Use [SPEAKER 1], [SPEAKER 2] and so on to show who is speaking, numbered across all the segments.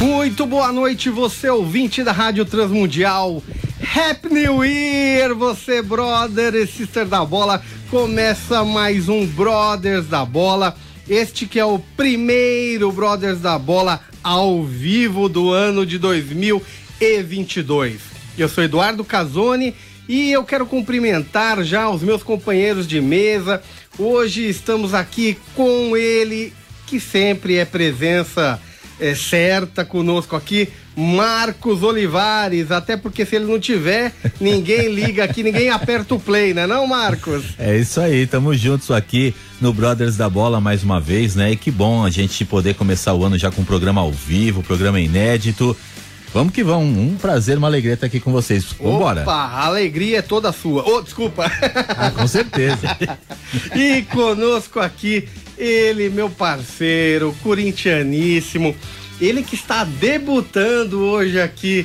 [SPEAKER 1] Muito boa noite, você ouvinte da Rádio Transmundial. Happy New Year, você brother e sister da bola. Começa mais um Brothers da Bola. Este que é o primeiro Brothers da Bola ao vivo do ano de 2022. Eu sou Eduardo Casoni e eu quero cumprimentar já os meus companheiros de mesa. Hoje estamos aqui com ele, que sempre é presença é, certa conosco aqui, Marcos Olivares. Até porque se ele não tiver, ninguém liga aqui, ninguém aperta o play, né, não, Marcos?
[SPEAKER 2] É isso aí, tamo juntos aqui no Brothers da Bola mais uma vez, né? E que bom a gente poder começar o ano já com um programa ao vivo, programa inédito. Vamos que vamos, um prazer, uma alegria estar aqui com vocês. Vambora.
[SPEAKER 1] Opa, a alegria é toda sua. Ô, desculpa.
[SPEAKER 2] Ah, com certeza.
[SPEAKER 1] E conosco aqui, ele, meu parceiro, corintianíssimo, ele que está debutando hoje aqui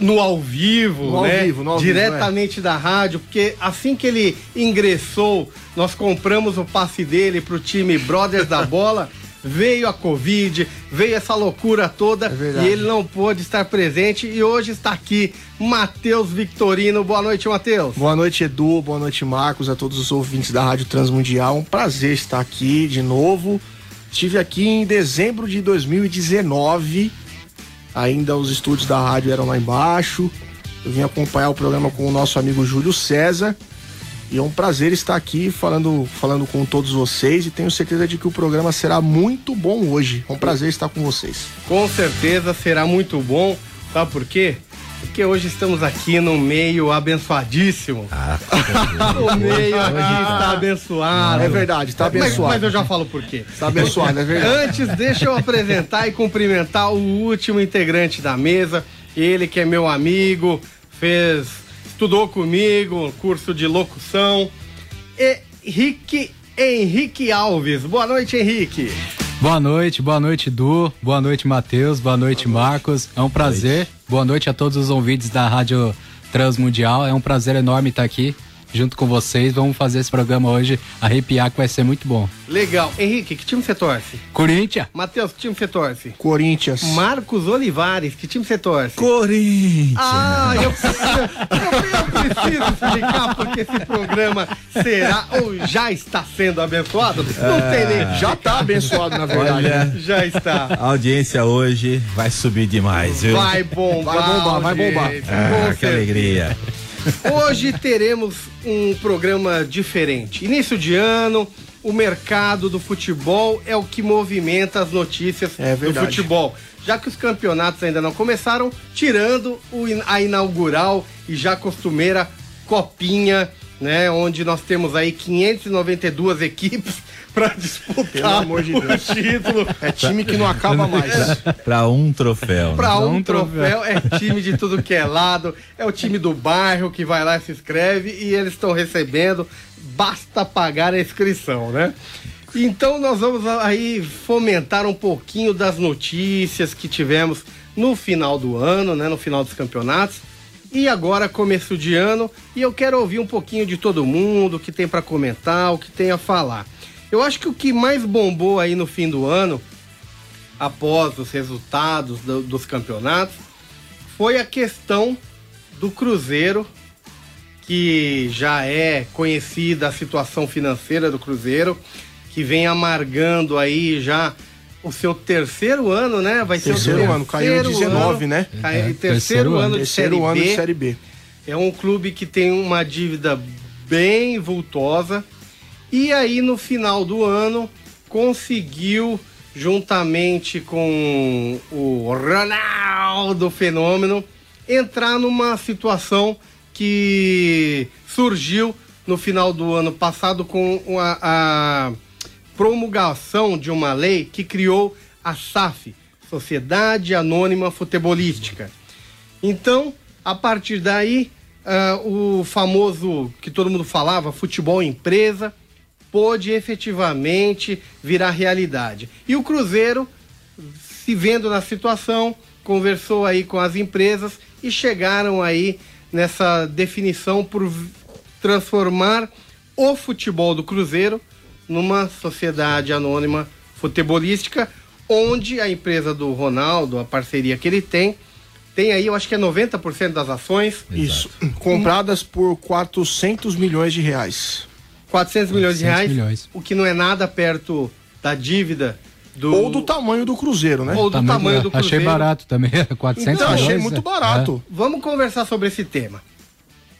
[SPEAKER 1] no ao vivo,
[SPEAKER 3] No ao
[SPEAKER 1] né?
[SPEAKER 3] vivo, no ao vivo,
[SPEAKER 1] Diretamente da rádio, porque assim que ele ingressou, nós compramos o passe dele pro time Brothers da Bola. Veio a Covid, veio essa loucura toda
[SPEAKER 3] É verdade.
[SPEAKER 1] e ele não pôde estar presente. E hoje está aqui Matheus Victorino. Boa noite, Matheus.
[SPEAKER 3] Boa noite, Edu. Boa noite, Marcos, a todos os ouvintes da Rádio Transmundial. Um prazer estar aqui de novo. Estive aqui em dezembro de 2019. Ainda os estúdios da rádio eram lá embaixo. Eu vim acompanhar o programa com o nosso amigo Júlio César. E é um prazer estar aqui falando, falando com todos vocês e tenho certeza de que o programa será muito bom hoje. É um prazer estar com vocês.
[SPEAKER 1] Com certeza será muito bom. Sabe por quê? Porque hoje estamos aqui no meio abençoadíssimo.
[SPEAKER 2] Ah,
[SPEAKER 1] O meio aqui está abençoado.
[SPEAKER 3] É verdade, está
[SPEAKER 1] Mas- Mas,
[SPEAKER 3] abençoado.
[SPEAKER 1] eu já falo por quê.
[SPEAKER 3] Está abençoado, é verdade.
[SPEAKER 1] Antes, deixa eu apresentar e cumprimentar o último integrante da mesa. Ele que é meu amigo, fez. estudou comigo, um curso de locução. Henrique Henrique Alves. Boa noite, Henrique.
[SPEAKER 4] Boa noite, boa noite, Du. Boa noite, Matheus. Boa noite, Marcos. É um prazer. Boa noite a todos os ouvintes da Rádio Transmundial. É um prazer enorme estar aqui junto com vocês. Vamos fazer esse programa hoje arrepiar, que vai ser muito bom.
[SPEAKER 1] Legal. Henrique, que time você torce?
[SPEAKER 4] Corinthians!
[SPEAKER 1] Matheus, que time você torce?
[SPEAKER 3] Corinthians. é
[SPEAKER 1] Marcos Olivares, que time você torce?
[SPEAKER 2] Corinthians.
[SPEAKER 1] Ah, eu, eu- eu preciso explicar porque esse programa será ou já está sendo abençoado? Não tem nem. Já
[SPEAKER 3] Tá abençoado, na verdade.
[SPEAKER 2] É. Olha,
[SPEAKER 1] Já está.
[SPEAKER 2] a audiência hoje vai subir demais, viu?
[SPEAKER 1] Vai bombar.
[SPEAKER 3] Vai bombar, vai bombar.
[SPEAKER 1] gente, com
[SPEAKER 2] Ah, que
[SPEAKER 1] certeza.
[SPEAKER 2] alegria.
[SPEAKER 1] Hoje teremos um programa diferente. Início de ano, o mercado do futebol é o que movimenta as notícias
[SPEAKER 3] É
[SPEAKER 1] do
[SPEAKER 3] verdade.
[SPEAKER 1] futebol. Já que os campeonatos ainda não começaram, tirando o in- a inaugural e já costumeira Copinha, né? Onde nós temos aí 592 equipes para disputar
[SPEAKER 3] Pelo amor de
[SPEAKER 1] o
[SPEAKER 3] Deus.
[SPEAKER 1] título.
[SPEAKER 3] É time que não acaba mais.
[SPEAKER 2] Pra um troféu. né?
[SPEAKER 1] Pra um
[SPEAKER 4] um
[SPEAKER 1] troféu, é time de tudo que é lado, é o time do bairro que vai lá e se inscreve e eles estão recebendo, basta pagar a inscrição, né? Então nós vamos aí fomentar um pouquinho das notícias que tivemos no final do ano, né? No final dos campeonatos. E agora começo de ano e eu quero ouvir um pouquinho de todo mundo, o que tem pra comentar, o que tem a falar. Eu acho que o que mais bombou aí no fim do ano, após os resultados do- dos campeonatos, foi a questão do Cruzeiro, que já é conhecida a situação financeira do Cruzeiro, que vem amargando aí já o seu terceiro ano, né? Vai
[SPEAKER 3] Terceiro
[SPEAKER 1] o
[SPEAKER 3] ano, caiu em
[SPEAKER 1] terceiro
[SPEAKER 3] 19, né?
[SPEAKER 1] Caiu, terceiro,
[SPEAKER 4] terceiro
[SPEAKER 1] ano
[SPEAKER 4] ano.
[SPEAKER 1] de
[SPEAKER 3] Terceiro
[SPEAKER 1] Série
[SPEAKER 3] ano
[SPEAKER 1] B.
[SPEAKER 3] de Série B.
[SPEAKER 1] É um clube que tem uma dívida bem vultosa. E aí, no final do ano, conseguiu, juntamente com o Ronaldo Fenômeno, entrar numa situação que surgiu no final do ano passado com a- a promulgação de uma lei que criou a SAF, Sociedade Anônima Futebolística. Então, a partir daí, ah, o famoso que todo mundo falava, futebol empresa, pôde efetivamente virar realidade. E o Cruzeiro, se vendo na situação, conversou aí com as empresas e chegaram aí nessa definição por v- transformar o futebol do Cruzeiro numa sociedade anônima futebolística, onde a empresa do Ronaldo, a parceria que ele tem, tem aí, eu acho que é 90% das ações,
[SPEAKER 3] Isso. Compradas por 400 milhões de reais.
[SPEAKER 1] 400 milhões de
[SPEAKER 4] 400
[SPEAKER 1] reais,
[SPEAKER 4] milhões.
[SPEAKER 1] o que não é nada perto da dívida do
[SPEAKER 3] Ou do tamanho do Cruzeiro, né?
[SPEAKER 1] ou do tamanho do
[SPEAKER 4] Achei
[SPEAKER 1] Cruzeiro.
[SPEAKER 4] barato também, 400
[SPEAKER 3] Então,
[SPEAKER 4] milhões,
[SPEAKER 3] achei
[SPEAKER 4] é.
[SPEAKER 3] muito barato.
[SPEAKER 1] Vamos conversar sobre esse tema.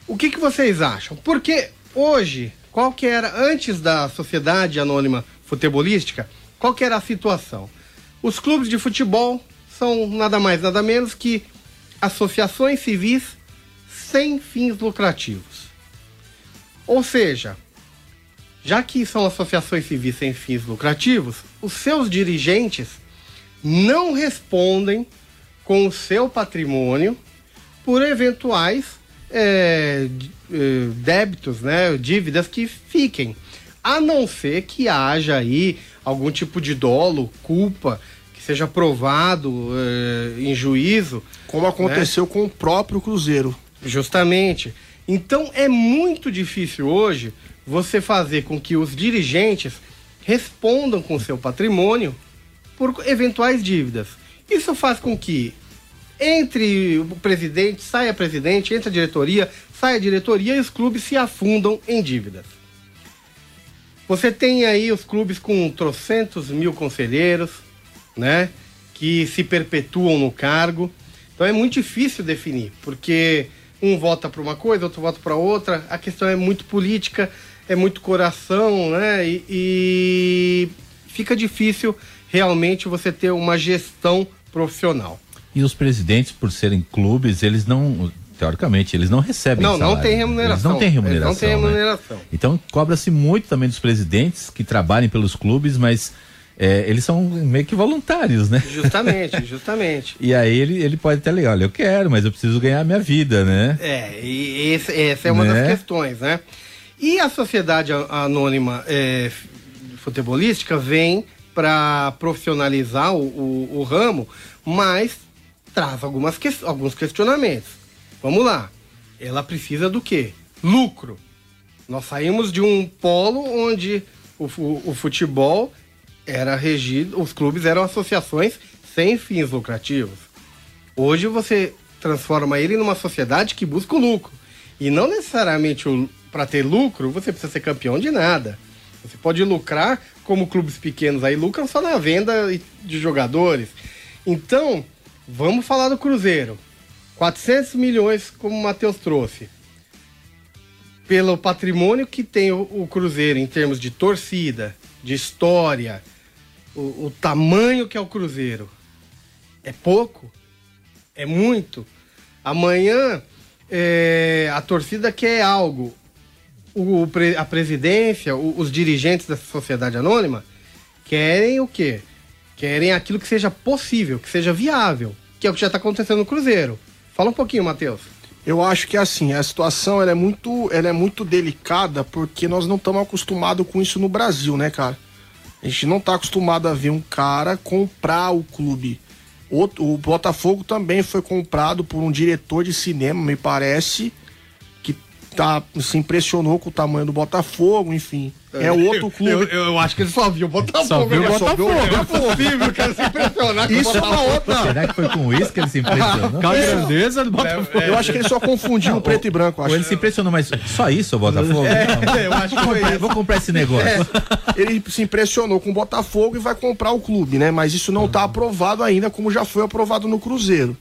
[SPEAKER 1] O que, que vocês acham? Porque hoje, qual que era, antes da Sociedade Anônima Futebolística, qual que era a situação? Os clubes de futebol são nada mais, nada menos que associações civis sem fins lucrativos. Ou seja, já que são associações civis sem fins lucrativos, os seus dirigentes não respondem com o seu patrimônio por eventuais eh, d- eh, débitos, né, dívidas que fiquem, a não ser que haja aí algum tipo de dolo, culpa que seja provado eh, em juízo,
[SPEAKER 4] É.
[SPEAKER 3] Como aconteceu com o próprio Cruzeiro.
[SPEAKER 1] Justamente. Então é muito difícil hoje você fazer com que os dirigentes respondam com seu patrimônio por eventuais dívidas. Isso faz com que entre o presidente, saia presidente, entre a diretoria, saia a diretoria e os clubes se afundam em dívidas. Você tem aí os clubes com trocentos mil conselheiros, né? Que se perpetuam no cargo. Então é muito difícil definir, porque um vota para uma coisa, outro vota para outra. A questão é muito política, é muito coração, né? E, e fica difícil realmente você ter uma gestão profissional.
[SPEAKER 2] E os presidentes, por serem clubes, eles não. Teoricamente, eles não recebem
[SPEAKER 1] Não, não
[SPEAKER 2] salário,
[SPEAKER 1] tem
[SPEAKER 2] né? Eles
[SPEAKER 1] remuneração.
[SPEAKER 2] não têm
[SPEAKER 1] Eles não
[SPEAKER 2] remuneração.
[SPEAKER 1] têm
[SPEAKER 2] né?
[SPEAKER 1] remuneração.
[SPEAKER 2] Então, cobra-se muito também dos presidentes que trabalhem pelos clubes, mas é, eles são meio que voluntários, né?
[SPEAKER 1] Justamente, justamente.
[SPEAKER 2] E aí ele, ele pode até ligar, olha, eu quero, mas eu preciso ganhar a minha vida, né?
[SPEAKER 1] É, e esse- essa é uma
[SPEAKER 2] Né?
[SPEAKER 1] das questões, né? E a sociedade a- anônima é, f- futebolística vem para profissionalizar o, o- o ramo, mas traz algumas ques- alguns questionamentos. Vamos lá. Ela precisa do quê? Lucro. Nós saímos de um polo onde o, fu- o futebol era regido, os clubes eram associações sem fins lucrativos. Hoje você transforma ele numa sociedade que busca o lucro. E não necessariamente para ter lucro, você precisa ser campeão de nada. Você pode lucrar como clubes pequenos aí lucram só na venda e- de jogadores. Então, vamos falar do Cruzeiro. 400 milhões, como o Matheus trouxe pelo patrimônio que tem o, o Cruzeiro em termos de torcida, de história, o, o tamanho que é o Cruzeiro, é pouco? É muito? Amanhã é, a torcida quer algo. O, pre- a presidência, o- os dirigentes dessa sociedade anônima querem o quê? Querem aquilo que seja possível, que seja viável, que é o que já está acontecendo no Cruzeiro. Fala um pouquinho, Matheus.
[SPEAKER 3] Eu acho que assim, a situação ela é muito, ela é muito delicada porque nós não estamos acostumados com isso no Brasil, né, cara? A gente não está acostumado a ver um cara comprar o clube. Outro- o Botafogo também foi comprado por um diretor de cinema, me parece, que tá, se impressionou com o tamanho do Botafogo, enfim. É outro clube.
[SPEAKER 1] acho que ele só viu o Botafogo.
[SPEAKER 4] Só viu o
[SPEAKER 1] ele
[SPEAKER 4] Botafogo.
[SPEAKER 1] Não é possível, cara, se né? impressionar com o
[SPEAKER 3] Isso é uma outra.
[SPEAKER 2] Será que foi com isso que ele se impressionou?
[SPEAKER 4] Com a grandeza do Botafogo.
[SPEAKER 3] Eu acho que ele só confundiu o preto e branco.
[SPEAKER 2] Ou
[SPEAKER 3] Acho. é
[SPEAKER 2] ele se impressionou, mas só isso, ô Botafogo? Não,
[SPEAKER 1] É, eu acho que foi
[SPEAKER 2] eu
[SPEAKER 1] isso.
[SPEAKER 2] vou comprar esse negócio.
[SPEAKER 3] ele se impressionou com o Botafogo e vai comprar o clube, né? Mas isso não tá
[SPEAKER 2] Uhum.
[SPEAKER 3] aprovado ainda, como já foi aprovado no Cruzeiro.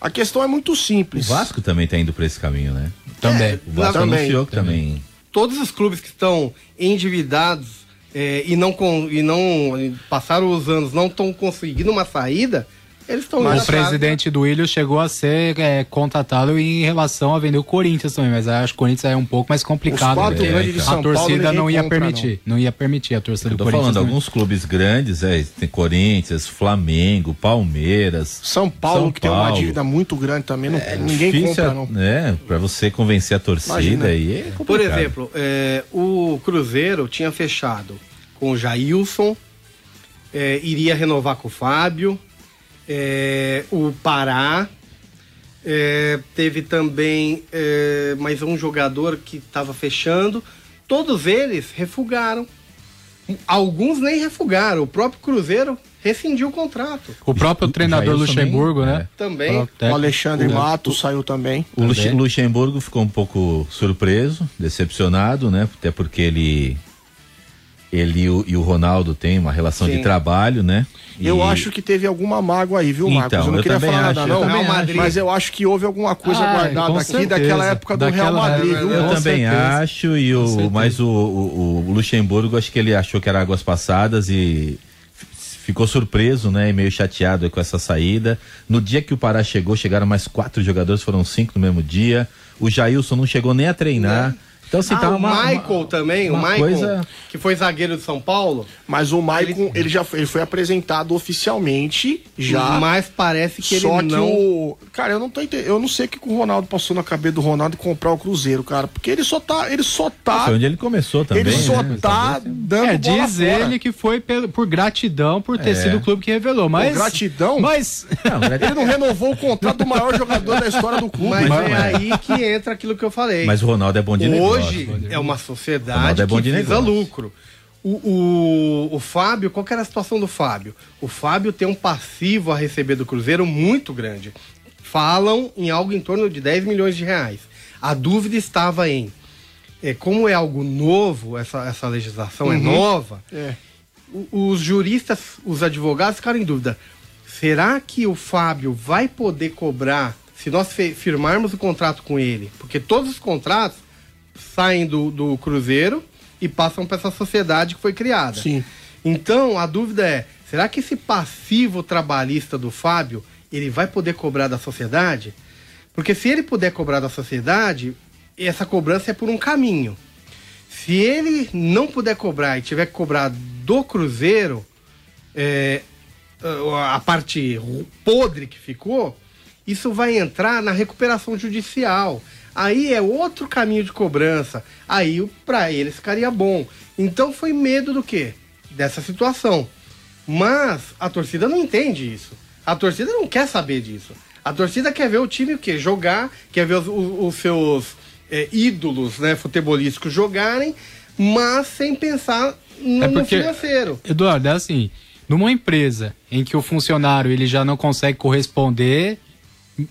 [SPEAKER 3] A questão é muito
[SPEAKER 2] O
[SPEAKER 3] simples.
[SPEAKER 2] Vasco também tá indo pra esse caminho, né?
[SPEAKER 4] Também.
[SPEAKER 2] O Vasco
[SPEAKER 3] Também,
[SPEAKER 2] anunciou que também.
[SPEAKER 1] Todos os clubes que estão endividados eh, e, não con- e não e passaram os anos, não estão conseguindo uma saída, Eles estão lá.
[SPEAKER 4] O
[SPEAKER 1] na casa.
[SPEAKER 4] presidente do Willian chegou a ser é, contratado em relação a vender o Corinthians também, mas acho que o Corinthians é um pouco mais complicado.
[SPEAKER 3] Os quatro
[SPEAKER 4] né?
[SPEAKER 3] grandes de São
[SPEAKER 4] a
[SPEAKER 3] Paulo,
[SPEAKER 4] torcida
[SPEAKER 3] ninguém
[SPEAKER 4] não ia
[SPEAKER 3] compra,
[SPEAKER 4] permitir. Não. ia permitir a torcida
[SPEAKER 2] Eu
[SPEAKER 4] do
[SPEAKER 2] tô
[SPEAKER 4] Corinthians.
[SPEAKER 2] falando,
[SPEAKER 4] não ia-
[SPEAKER 2] alguns clubes grandes, é, tem Corinthians, Flamengo, Palmeiras.
[SPEAKER 3] São Paulo,
[SPEAKER 2] São
[SPEAKER 3] que tem uma
[SPEAKER 2] Paulo.
[SPEAKER 3] dívida muito grande também, não,
[SPEAKER 2] É
[SPEAKER 3] ninguém
[SPEAKER 2] difícil,
[SPEAKER 3] compra, não.
[SPEAKER 2] né? Pra você convencer a torcida
[SPEAKER 3] Imagina.
[SPEAKER 2] aí é complicado.
[SPEAKER 1] Por exemplo, é, o Cruzeiro tinha fechado com o Jailson, é, iria renovar com o Fábio, é, o Pará, é, teve também é, mais um jogador que estava fechando. Todos eles refugaram. Alguns nem refugaram. O próprio Cruzeiro rescindiu o contrato.
[SPEAKER 4] O próprio treinador
[SPEAKER 2] Jailson nem-
[SPEAKER 4] Luxemburgo, né?
[SPEAKER 1] Também.
[SPEAKER 4] O
[SPEAKER 3] O
[SPEAKER 4] próprio
[SPEAKER 3] Alexandre
[SPEAKER 2] né?
[SPEAKER 4] técnico. É.
[SPEAKER 3] Matos saiu também.
[SPEAKER 2] O Lux-
[SPEAKER 4] Também.
[SPEAKER 2] Luxemburgo ficou um pouco surpreso, decepcionado, né? Até porque ele ele e o- e o Ronaldo têm uma relação
[SPEAKER 1] Sim.
[SPEAKER 2] de trabalho, né?
[SPEAKER 3] Eu
[SPEAKER 2] E-
[SPEAKER 3] acho que teve alguma mágoa aí, viu,
[SPEAKER 2] Então,
[SPEAKER 3] Marcos? eu não
[SPEAKER 2] eu
[SPEAKER 3] queria
[SPEAKER 2] também
[SPEAKER 3] falar nada,
[SPEAKER 2] acho, é, eu
[SPEAKER 3] não.
[SPEAKER 1] também acho.
[SPEAKER 3] Mas eu acho que houve alguma coisa
[SPEAKER 4] Ah,
[SPEAKER 3] guardada
[SPEAKER 4] com
[SPEAKER 3] aqui
[SPEAKER 4] certeza.
[SPEAKER 3] daquela época do Real
[SPEAKER 4] Daquela-
[SPEAKER 3] Madrid, viu?
[SPEAKER 2] Eu
[SPEAKER 4] Com
[SPEAKER 2] também
[SPEAKER 4] certeza.
[SPEAKER 2] acho, e o,
[SPEAKER 4] Com certeza.
[SPEAKER 2] mas o, o- o Luxemburgo, acho que ele achou que era águas passadas e f- ficou surpreso, né? E meio chateado com essa saída. No dia que o Pará chegou, chegaram mais quatro jogadores, foram cinco no mesmo dia. O Jailson não chegou nem a treinar. Então, assim,
[SPEAKER 1] Ah,
[SPEAKER 2] tava
[SPEAKER 1] o
[SPEAKER 2] uma- uma-
[SPEAKER 1] Michael também, o
[SPEAKER 2] uma
[SPEAKER 1] Michael,
[SPEAKER 2] coisa-
[SPEAKER 1] que foi zagueiro de São Paulo.
[SPEAKER 3] Mas o Maicon, ele já foi, ele foi apresentado oficialmente
[SPEAKER 2] Uhum.
[SPEAKER 3] já.
[SPEAKER 1] Mas parece que ele
[SPEAKER 3] só que
[SPEAKER 1] não.
[SPEAKER 3] o. Cara, eu não tô entendendo. Eu não sei o que que o Ronaldo passou na cabeça do Ronaldo comprar o Cruzeiro, cara. Porque ele só tá. Ele só tá.
[SPEAKER 2] Ah, Foi onde ele começou também.
[SPEAKER 3] ele só
[SPEAKER 2] né?
[SPEAKER 3] tá dando.
[SPEAKER 4] É,
[SPEAKER 3] bola
[SPEAKER 4] diz
[SPEAKER 3] fora.
[SPEAKER 4] ele que foi pelo- por gratidão por ter sido o clube que revelou, mas...
[SPEAKER 3] gratidão?
[SPEAKER 4] Mas...
[SPEAKER 2] Não,
[SPEAKER 3] Ele não renovou o contrato do maior jogador da história do clube. né?
[SPEAKER 1] Mas
[SPEAKER 2] Mas
[SPEAKER 1] é
[SPEAKER 2] não é.
[SPEAKER 1] aí que entra aquilo que eu falei.
[SPEAKER 2] Mas o Ronaldo é bom de negócio.
[SPEAKER 1] Hoje é uma sociedade
[SPEAKER 2] Ronaldo é bom
[SPEAKER 1] que
[SPEAKER 2] de
[SPEAKER 1] visa
[SPEAKER 2] negócio.
[SPEAKER 1] lucro. O, o, o Fábio, qual que era a situação do Fábio? O Fábio tem um passivo a receber do Cruzeiro muito grande. Falam em algo em torno de 10 milhões de reais. A dúvida estava em eh, como é algo novo, essa, essa legislação
[SPEAKER 2] Uhum.
[SPEAKER 1] é nova,
[SPEAKER 3] É.
[SPEAKER 1] o- os juristas, os advogados ficaram em dúvida. Será que o Fábio vai poder cobrar se nós fe- firmarmos o contrato com ele? Porque todos os contratos saem do, do Cruzeiro e passam para essa sociedade que foi criada.
[SPEAKER 3] Sim.
[SPEAKER 1] Então a dúvida é: será que esse passivo trabalhista do Fábio ele vai poder cobrar da sociedade? Porque se ele puder cobrar da sociedade, essa cobrança é por um caminho. Se ele não puder cobrar e tiver que cobrar do Cruzeiro, é, a parte ru- podre que ficou, isso vai entrar na recuperação judicial. Aí é outro caminho de cobrança. Aí o- pra eles ficaria bom. Então foi medo do quê? Dessa situação. Mas a torcida não entende isso. A torcida não quer saber disso. A torcida quer ver o time o quê? Jogar, quer ver os, os- os seus é, ídolos né, futebolísticos jogarem, mas sem pensar no,
[SPEAKER 4] É
[SPEAKER 1] no
[SPEAKER 4] porque-
[SPEAKER 1] financeiro.
[SPEAKER 4] Eduardo, é assim, numa empresa em que o funcionário ele já não consegue corresponder,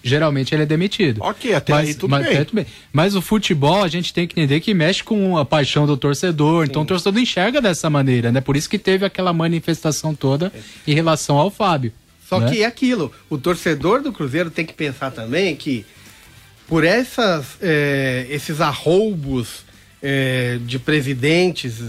[SPEAKER 4] geralmente ele é demitido.
[SPEAKER 3] Ok, até aí tudo bem.
[SPEAKER 4] até Mas o futebol, a gente tem que entender que mexe com a paixão do torcedor, então o torcedor não enxerga dessa maneira, né? Por isso que teve aquela manifestação toda
[SPEAKER 3] É.
[SPEAKER 4] em relação ao Fábio.
[SPEAKER 1] Só
[SPEAKER 4] né?
[SPEAKER 1] que é aquilo. O torcedor do Cruzeiro tem que pensar também que por essas, eh, esses arroubos eh, de presidentes,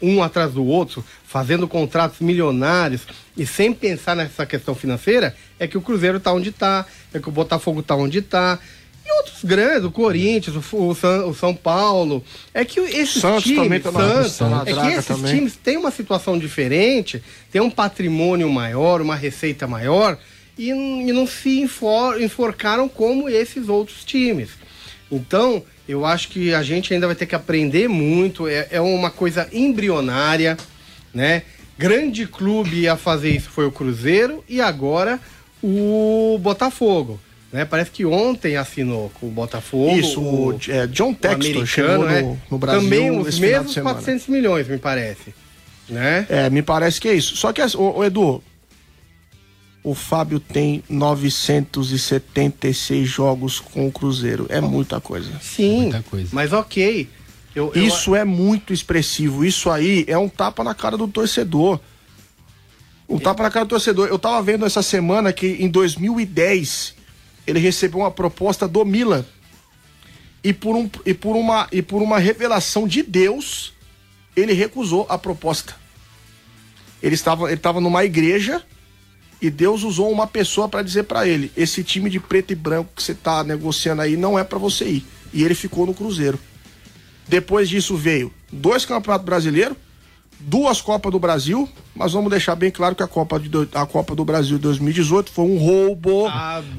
[SPEAKER 1] um atrás do outro, fazendo contratos milionários e sem pensar nessa questão financeira, é que o Cruzeiro está onde está, é que o Botafogo está onde está. E outros grandes, o Corinthians, o, F- o São, o São Paulo. É que esses
[SPEAKER 3] Santos
[SPEAKER 1] times,
[SPEAKER 3] também tá na-
[SPEAKER 1] Santos,
[SPEAKER 3] tá na
[SPEAKER 1] é que
[SPEAKER 3] draga
[SPEAKER 1] esses
[SPEAKER 3] também.
[SPEAKER 1] times têm uma situação diferente, têm um patrimônio maior, uma receita maior, e, n- e não se enfor- enforcaram como esses outros times. Então, eu acho que a gente ainda vai ter que aprender muito, é, é uma coisa embrionária, né? Grande clube a fazer isso foi o Cruzeiro e agora o Botafogo. Né? Parece que ontem assinou com o Botafogo.
[SPEAKER 3] Isso, o, é, John Textor
[SPEAKER 1] americano,
[SPEAKER 3] chegou no,
[SPEAKER 1] né?
[SPEAKER 3] no Brasil.
[SPEAKER 1] Também os
[SPEAKER 3] esse final de
[SPEAKER 1] mesmos
[SPEAKER 3] semana.
[SPEAKER 1] 400 milhões, me parece. Né?
[SPEAKER 3] É, me parece que é isso. Só que, o, Edu, o Fábio tem 976 jogos com o Cruzeiro. É muita coisa.
[SPEAKER 1] Sim,
[SPEAKER 4] Muita coisa.
[SPEAKER 1] mas ok. Eu, eu-
[SPEAKER 3] Isso é muito expressivo. Isso aí é um tapa na cara do torcedor. Um tapa na cara do torcedor. Eu tava vendo essa semana que em 2010 ele recebeu uma proposta do Milan. E por, um, e por, uma, e por uma revelação de Deus, ele recusou a proposta. Ele estava, ele estava numa igreja E Deus usou uma pessoa para dizer para ele: esse time de preto e branco que você tá negociando aí não é para você ir. E ele ficou no Cruzeiro. Depois disso veio dois campeonatos brasileiros, duas Copas do Brasil, mas vamos deixar bem claro que a Copa, de, do- a Copa do Brasil de 2018 foi um roubo.
[SPEAKER 1] Ah, bem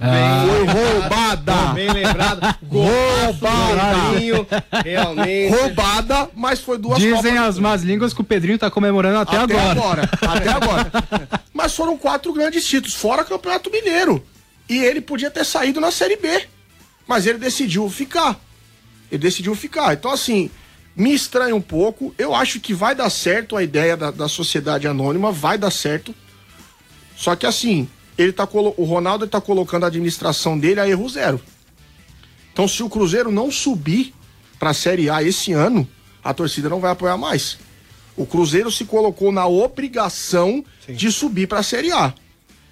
[SPEAKER 3] Foi
[SPEAKER 1] lembrado,
[SPEAKER 3] roubada.
[SPEAKER 1] Bem lembrado. Golaço do
[SPEAKER 3] Roubada.
[SPEAKER 1] Pedrinho, Realmente.
[SPEAKER 3] Roubada, mas foi duas
[SPEAKER 4] Dizem
[SPEAKER 3] Copas
[SPEAKER 4] as más línguas que o Pedrinho tá comemorando até, agora.
[SPEAKER 3] Até agora. Mas foram quatro grandes títulos, fora Campeonato Mineiro. E ele podia ter saído na Série B. Mas ele decidiu ficar. Ele decidiu ficar. Então, assim, me estranha um pouco. Eu acho que vai dar certo a ideia da, da sociedade anônima, vai dar certo. Só que, assim, ele tá colo- o Ronaldo está colocando a administração dele a erro zero. Então, se o Cruzeiro não subir para a Série A esse ano, a torcida não vai apoiar mais. O Cruzeiro se colocou na obrigação de subir para a Série A.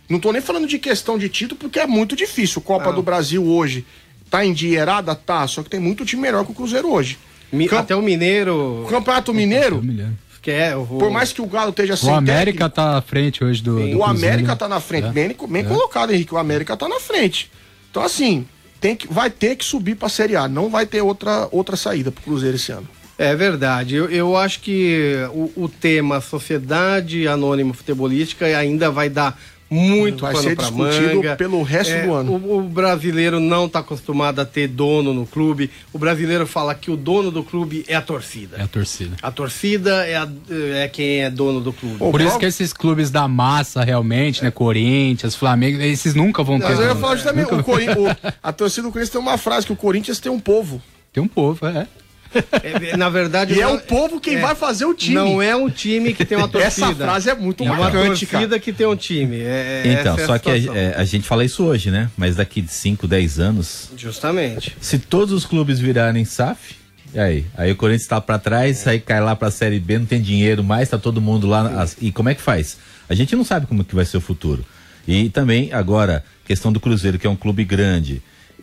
[SPEAKER 3] Não tô nem falando de questão de título, porque é muito difícil. Copa do Brasil hoje tá endinheirada? Tá, só que tem muito time melhor que o Cruzeiro hoje.
[SPEAKER 1] Mi-
[SPEAKER 3] Camp-
[SPEAKER 1] Até o Mineiro,
[SPEAKER 3] O Campeonato Mineiro,
[SPEAKER 1] que é o...
[SPEAKER 3] por mais que o Galo esteja sem
[SPEAKER 4] O América
[SPEAKER 3] técnico,
[SPEAKER 4] tá à frente hoje do.
[SPEAKER 3] o
[SPEAKER 4] do Cruzeiro,
[SPEAKER 3] América
[SPEAKER 4] né?
[SPEAKER 3] tá na frente. Bem, bem colocado, Henrique. O América tá na frente. Então, assim, tem que, vai ter que subir pra Série A. Não vai ter outra, outra saída pro Cruzeiro esse ano.
[SPEAKER 1] É verdade. Eu, eu acho que o, o tema Sociedade Anônima Futebolística ainda vai dar muito
[SPEAKER 3] Vai
[SPEAKER 1] pano
[SPEAKER 3] ser
[SPEAKER 1] pra
[SPEAKER 3] discutido
[SPEAKER 1] manga. É,
[SPEAKER 3] pelo resto do ano.
[SPEAKER 1] O, o brasileiro não está acostumado a ter dono no clube. O brasileiro fala que o dono do clube é a torcida.
[SPEAKER 4] É a torcida.
[SPEAKER 1] A torcida é, a- é quem é dono do clube.
[SPEAKER 3] Pô,
[SPEAKER 4] Por isso
[SPEAKER 3] Paulo-
[SPEAKER 4] que esses clubes da massa, realmente, né? Corinthians, Flamengo, esses nunca vão ter.
[SPEAKER 1] Tá.
[SPEAKER 3] Mas eu ia
[SPEAKER 4] né?
[SPEAKER 1] É,
[SPEAKER 3] falar isso também.
[SPEAKER 4] Nunca-
[SPEAKER 3] O Corin- o- a torcida do Corinthians tem uma frase que o Corinthians tem um povo.
[SPEAKER 4] Tem um povo, é.
[SPEAKER 1] É, é, na verdade,
[SPEAKER 3] E é
[SPEAKER 1] não-
[SPEAKER 3] o povo quem
[SPEAKER 1] é.
[SPEAKER 3] vai fazer o time.
[SPEAKER 1] Não é um time que tem uma torcida.
[SPEAKER 3] Essa frase é muito
[SPEAKER 1] é uma
[SPEAKER 3] marcante,
[SPEAKER 1] torcida
[SPEAKER 3] cara.
[SPEAKER 1] que tem um time. É-
[SPEAKER 2] Então,
[SPEAKER 1] essa é a
[SPEAKER 2] só que a,
[SPEAKER 1] situação.
[SPEAKER 2] é, a gente fala isso hoje, né? Mas daqui de 5, 10 anos,
[SPEAKER 1] Justamente.
[SPEAKER 2] se todos os clubes virarem SAF, e aí? Aí o Corinthians tá pra trás, aí cai lá pra Série B, não tem dinheiro mais, tá todo mundo lá. na- as- e como é que faz? A gente não sabe como que vai ser o futuro. E também, agora, questão do Cruzeiro, que é um clube grande.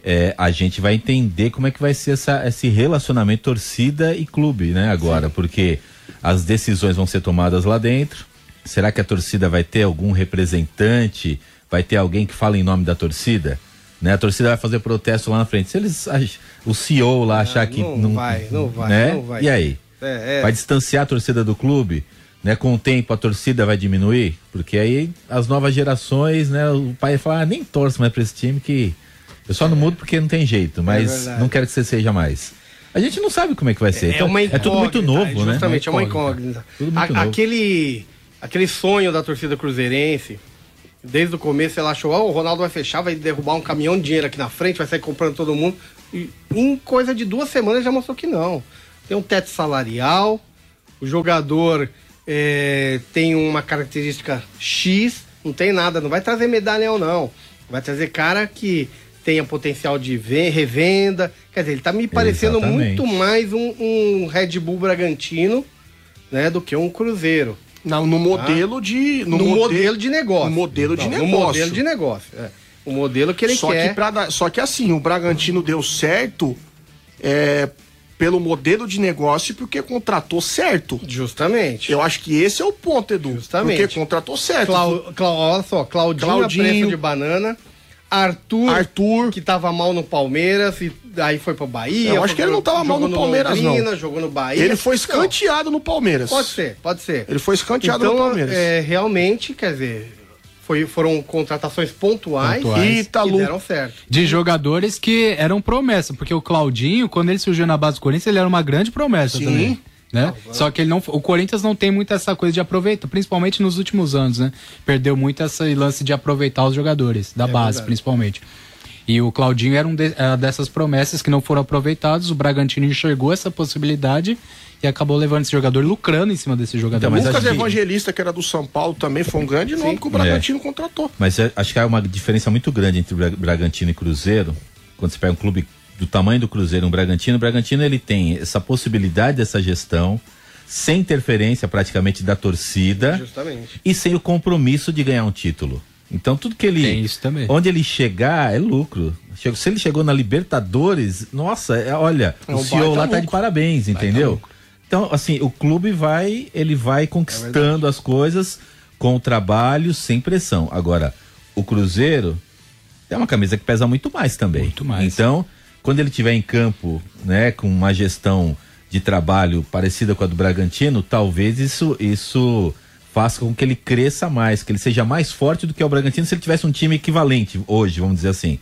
[SPEAKER 2] é, a gente vai entender como é que vai ser essa- esse relacionamento torcida e clube, né? Agora, porque as decisões vão ser tomadas lá dentro. Será que a torcida vai ter algum representante? Vai ter alguém que fala em nome da torcida? Né? A torcida vai fazer protesto lá na frente. Se eles, ach- o CEO lá achar que
[SPEAKER 1] não vai, não vai,
[SPEAKER 2] né?
[SPEAKER 1] não vai.
[SPEAKER 2] E aí?
[SPEAKER 1] É, é.
[SPEAKER 2] Vai distanciar a torcida do clube? Né? Com o tempo a torcida vai diminuir? Porque aí as novas gerações, né? O pai fala, ah, nem torce mais pra esse time que. Eu só não mudo porque não tem jeito, mas
[SPEAKER 1] É verdade.
[SPEAKER 2] não quero que você seja mais. A gente não sabe como é que vai ser.
[SPEAKER 1] É
[SPEAKER 2] Então,
[SPEAKER 1] uma
[SPEAKER 2] é
[SPEAKER 1] incógnita.
[SPEAKER 2] tudo muito novo, né?
[SPEAKER 1] Justamente, é uma
[SPEAKER 2] incógnita.
[SPEAKER 1] incógnita.
[SPEAKER 2] Tudo muito
[SPEAKER 1] A-
[SPEAKER 2] novo.
[SPEAKER 1] Aquele, aquele sonho da torcida cruzeirense, desde o começo ela achou, ó, o Ronaldo vai fechar, vai derrubar um caminhão de dinheiro aqui na frente, vai sair comprando todo mundo. E em coisa de duas semanas já mostrou que não. Tem um teto salarial, o jogador eh, tem uma característica X, não tem nada, não vai trazer medalhão, não. Vai trazer cara que tenha potencial de ve- revenda. Quer dizer, ele tá me parecendo
[SPEAKER 2] Exatamente.
[SPEAKER 1] muito mais um, um Red Bull Bragantino, né, do que um Cruzeiro.
[SPEAKER 3] Não, no modelo de.
[SPEAKER 1] Ah. No, modelo, de negócio.
[SPEAKER 3] No modelo de
[SPEAKER 1] Não,
[SPEAKER 3] negócio.
[SPEAKER 1] No modelo de negócio. é. O modelo que ele
[SPEAKER 3] só
[SPEAKER 1] quer.
[SPEAKER 3] Que pra dar- só que assim, o Bragantino deu certo é, pelo modelo de negócio e porque contratou certo.
[SPEAKER 1] Justamente.
[SPEAKER 3] Eu acho que esse é o ponto, Edu.
[SPEAKER 1] Justamente.
[SPEAKER 3] Porque contratou certo.
[SPEAKER 1] Clau, Clau- olha só, Claudinho,
[SPEAKER 3] Claudinho.
[SPEAKER 1] a preço de banana. Arthur,
[SPEAKER 3] Arthur.
[SPEAKER 1] que tava mal no Palmeiras, e aí foi pro Bahia.
[SPEAKER 3] Eu acho que ele não tava mal
[SPEAKER 1] jogou
[SPEAKER 3] no Palmeiras, não.
[SPEAKER 1] Londrina, Jogou no Bahia. Então,
[SPEAKER 3] Ele foi
[SPEAKER 1] Não,
[SPEAKER 3] escanteado no Palmeiras.
[SPEAKER 1] Pode ser, pode ser.
[SPEAKER 3] Ele foi escanteado no
[SPEAKER 1] Então,
[SPEAKER 3] Palmeiras.
[SPEAKER 1] é, realmente, quer dizer, foi, foram contratações pontuais,
[SPEAKER 4] Pontuais.
[SPEAKER 3] Ítalo.
[SPEAKER 1] que deram certo.
[SPEAKER 4] De jogadores que eram promessa, porque o Claudinho, quando ele surgiu na base do Corinthians, ele era uma grande promessa
[SPEAKER 3] Sim.
[SPEAKER 4] também. Né? Só que ele não, o Corinthians não tem muito essa coisa de aproveitar, principalmente nos últimos anos, né? Perdeu muito esse lance de aproveitar os jogadores, da base, principalmente. E o Claudinho era um de- era dessas promessas que não foram aproveitadas. O Bragantino enxergou essa possibilidade e acabou levando esse jogador e lucrando em cima desse jogador.
[SPEAKER 2] Então, mas
[SPEAKER 3] Lucas
[SPEAKER 2] acho que-
[SPEAKER 3] Evangelista, que era do São Paulo, também foi um grande nome que o
[SPEAKER 2] É.
[SPEAKER 3] Bragantino contratou.
[SPEAKER 2] Mas eu acho que há uma diferença muito grande entre Bra- Bragantino e Cruzeiro. Quando você pega um clube do tamanho do Cruzeiro, um Bragantino, o Bragantino ele tem essa possibilidade dessa gestão, sem interferência praticamente da torcida
[SPEAKER 1] Justamente.
[SPEAKER 2] e sem o compromisso de ganhar um título. Então tudo que ele.
[SPEAKER 4] Tem isso também.
[SPEAKER 2] Onde ele chegar é lucro. Chegou- Se ele chegou na Libertadores, nossa, é- olha, o
[SPEAKER 3] um
[SPEAKER 2] CEO
[SPEAKER 3] baita
[SPEAKER 2] lá tá de
[SPEAKER 3] lucro. É
[SPEAKER 2] parabéns, entendeu? Então, assim, o clube vai, ele vai conquistando as coisas com trabalho, sem pressão. Agora, o Cruzeiro é uma camisa que pesa muito mais também.
[SPEAKER 4] Muito mais.
[SPEAKER 2] Então, quando ele tiver em campo, né, com uma gestão de trabalho parecida com a do Bragantino, talvez isso isso faça com que ele cresça mais, que ele seja mais forte do que o Bragantino se ele tivesse um time equivalente hoje, vamos dizer assim.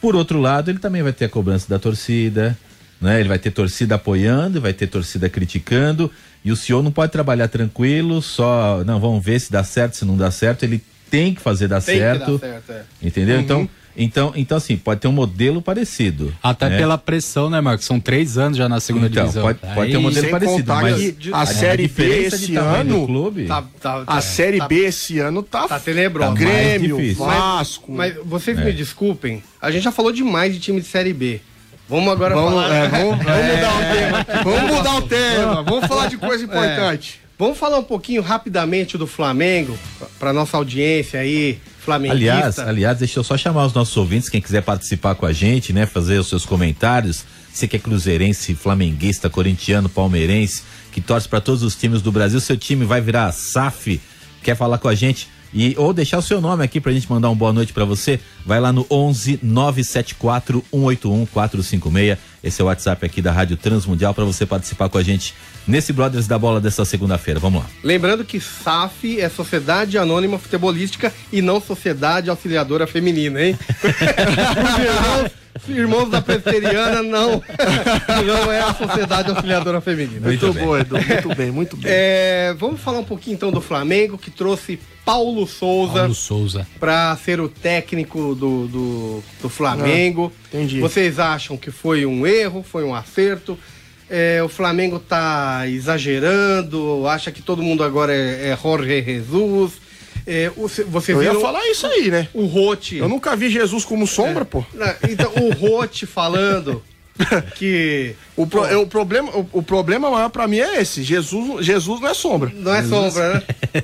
[SPEAKER 2] Por outro lado, ele também vai ter a cobrança da torcida, né? Ele vai ter torcida apoiando, vai ter torcida criticando, e o senhor não pode trabalhar tranquilo, só, não, vamos ver se dá certo, se não dá certo, ele tem que fazer dar
[SPEAKER 1] Tem que
[SPEAKER 2] certo.
[SPEAKER 1] dar certo, é.
[SPEAKER 2] Entendeu?
[SPEAKER 3] Uhum.
[SPEAKER 2] Então, então, então assim, pode ter um modelo parecido.
[SPEAKER 4] Até
[SPEAKER 2] né?
[SPEAKER 4] pela pressão, né, Marcos? São três anos já na segunda
[SPEAKER 2] Então,
[SPEAKER 4] divisão.
[SPEAKER 2] pode- pode ter um
[SPEAKER 4] Aí-
[SPEAKER 2] modelo
[SPEAKER 3] Sem
[SPEAKER 2] parecido,
[SPEAKER 3] contar
[SPEAKER 2] mas
[SPEAKER 3] que
[SPEAKER 2] a
[SPEAKER 3] a Série B
[SPEAKER 2] diferença de
[SPEAKER 3] esse
[SPEAKER 2] tamanho do
[SPEAKER 3] ano
[SPEAKER 2] clube,
[SPEAKER 1] Tá- tá-
[SPEAKER 3] A
[SPEAKER 1] tá-
[SPEAKER 3] Série
[SPEAKER 1] tá-
[SPEAKER 3] B esse ano tá,
[SPEAKER 1] Tá tenebrosa.
[SPEAKER 3] Grêmio,
[SPEAKER 2] Mais um. É. difícil.
[SPEAKER 3] Vasco.
[SPEAKER 1] Mas vocês me desculpem, a gente já falou demais de time de Série B. Vamos agora
[SPEAKER 3] Vamos,
[SPEAKER 1] falar.
[SPEAKER 3] é, vamos- vamos mudar o tema. Vamos mudar o tema. Vamos falar de
[SPEAKER 1] É.
[SPEAKER 3] coisa importante.
[SPEAKER 1] Vamos falar um pouquinho rapidamente do Flamengo, para nossa audiência aí, flamenguista.
[SPEAKER 2] Aliás, aliás, deixa eu só chamar os nossos ouvintes, quem quiser participar com a gente, né, fazer os seus comentários. Você que é cruzeirense, flamenguista, corintiano, palmeirense, que torce para todos os times do Brasil, seu time vai virar SAF, quer falar com a gente e ou deixar o seu nome aqui pra gente mandar uma boa noite para você, vai lá no 11 974 181 456. Esse é o WhatsApp aqui da Rádio Transmundial para você participar com a gente nesse Brothers da Bola dessa segunda-feira. Vamos lá.
[SPEAKER 1] Lembrando que SAF é Sociedade Anônima Futebolística e não Sociedade Auxiliadora Feminina, hein? Os irmãos, irmãos da Presteriana não, não é a Sociedade Auxiliadora Feminina.
[SPEAKER 2] Muito bem.
[SPEAKER 3] Edu. Muito bem, muito bem.
[SPEAKER 1] É, vamos falar um pouquinho então do Flamengo, que trouxe Paulo Souza
[SPEAKER 4] Paulo Souza.
[SPEAKER 1] para ser o técnico do, do, do Flamengo.
[SPEAKER 3] Ah, entendi.
[SPEAKER 1] Vocês acham que foi um erro, foi um acerto? É, o Flamengo tá exagerando, acha que todo mundo agora é, é Jorge Jesus. É, o- cê- você
[SPEAKER 3] Eu ia
[SPEAKER 1] viu
[SPEAKER 3] falar isso aí, né?
[SPEAKER 1] o Rote.
[SPEAKER 3] Eu nunca vi Jesus como sombra, pô.
[SPEAKER 1] Então, o Rote falando que
[SPEAKER 3] O, pro- é, o problema, o, o problema maior pra mim é esse. Jesus, Jesus não é sombra.
[SPEAKER 1] não é sombra, né?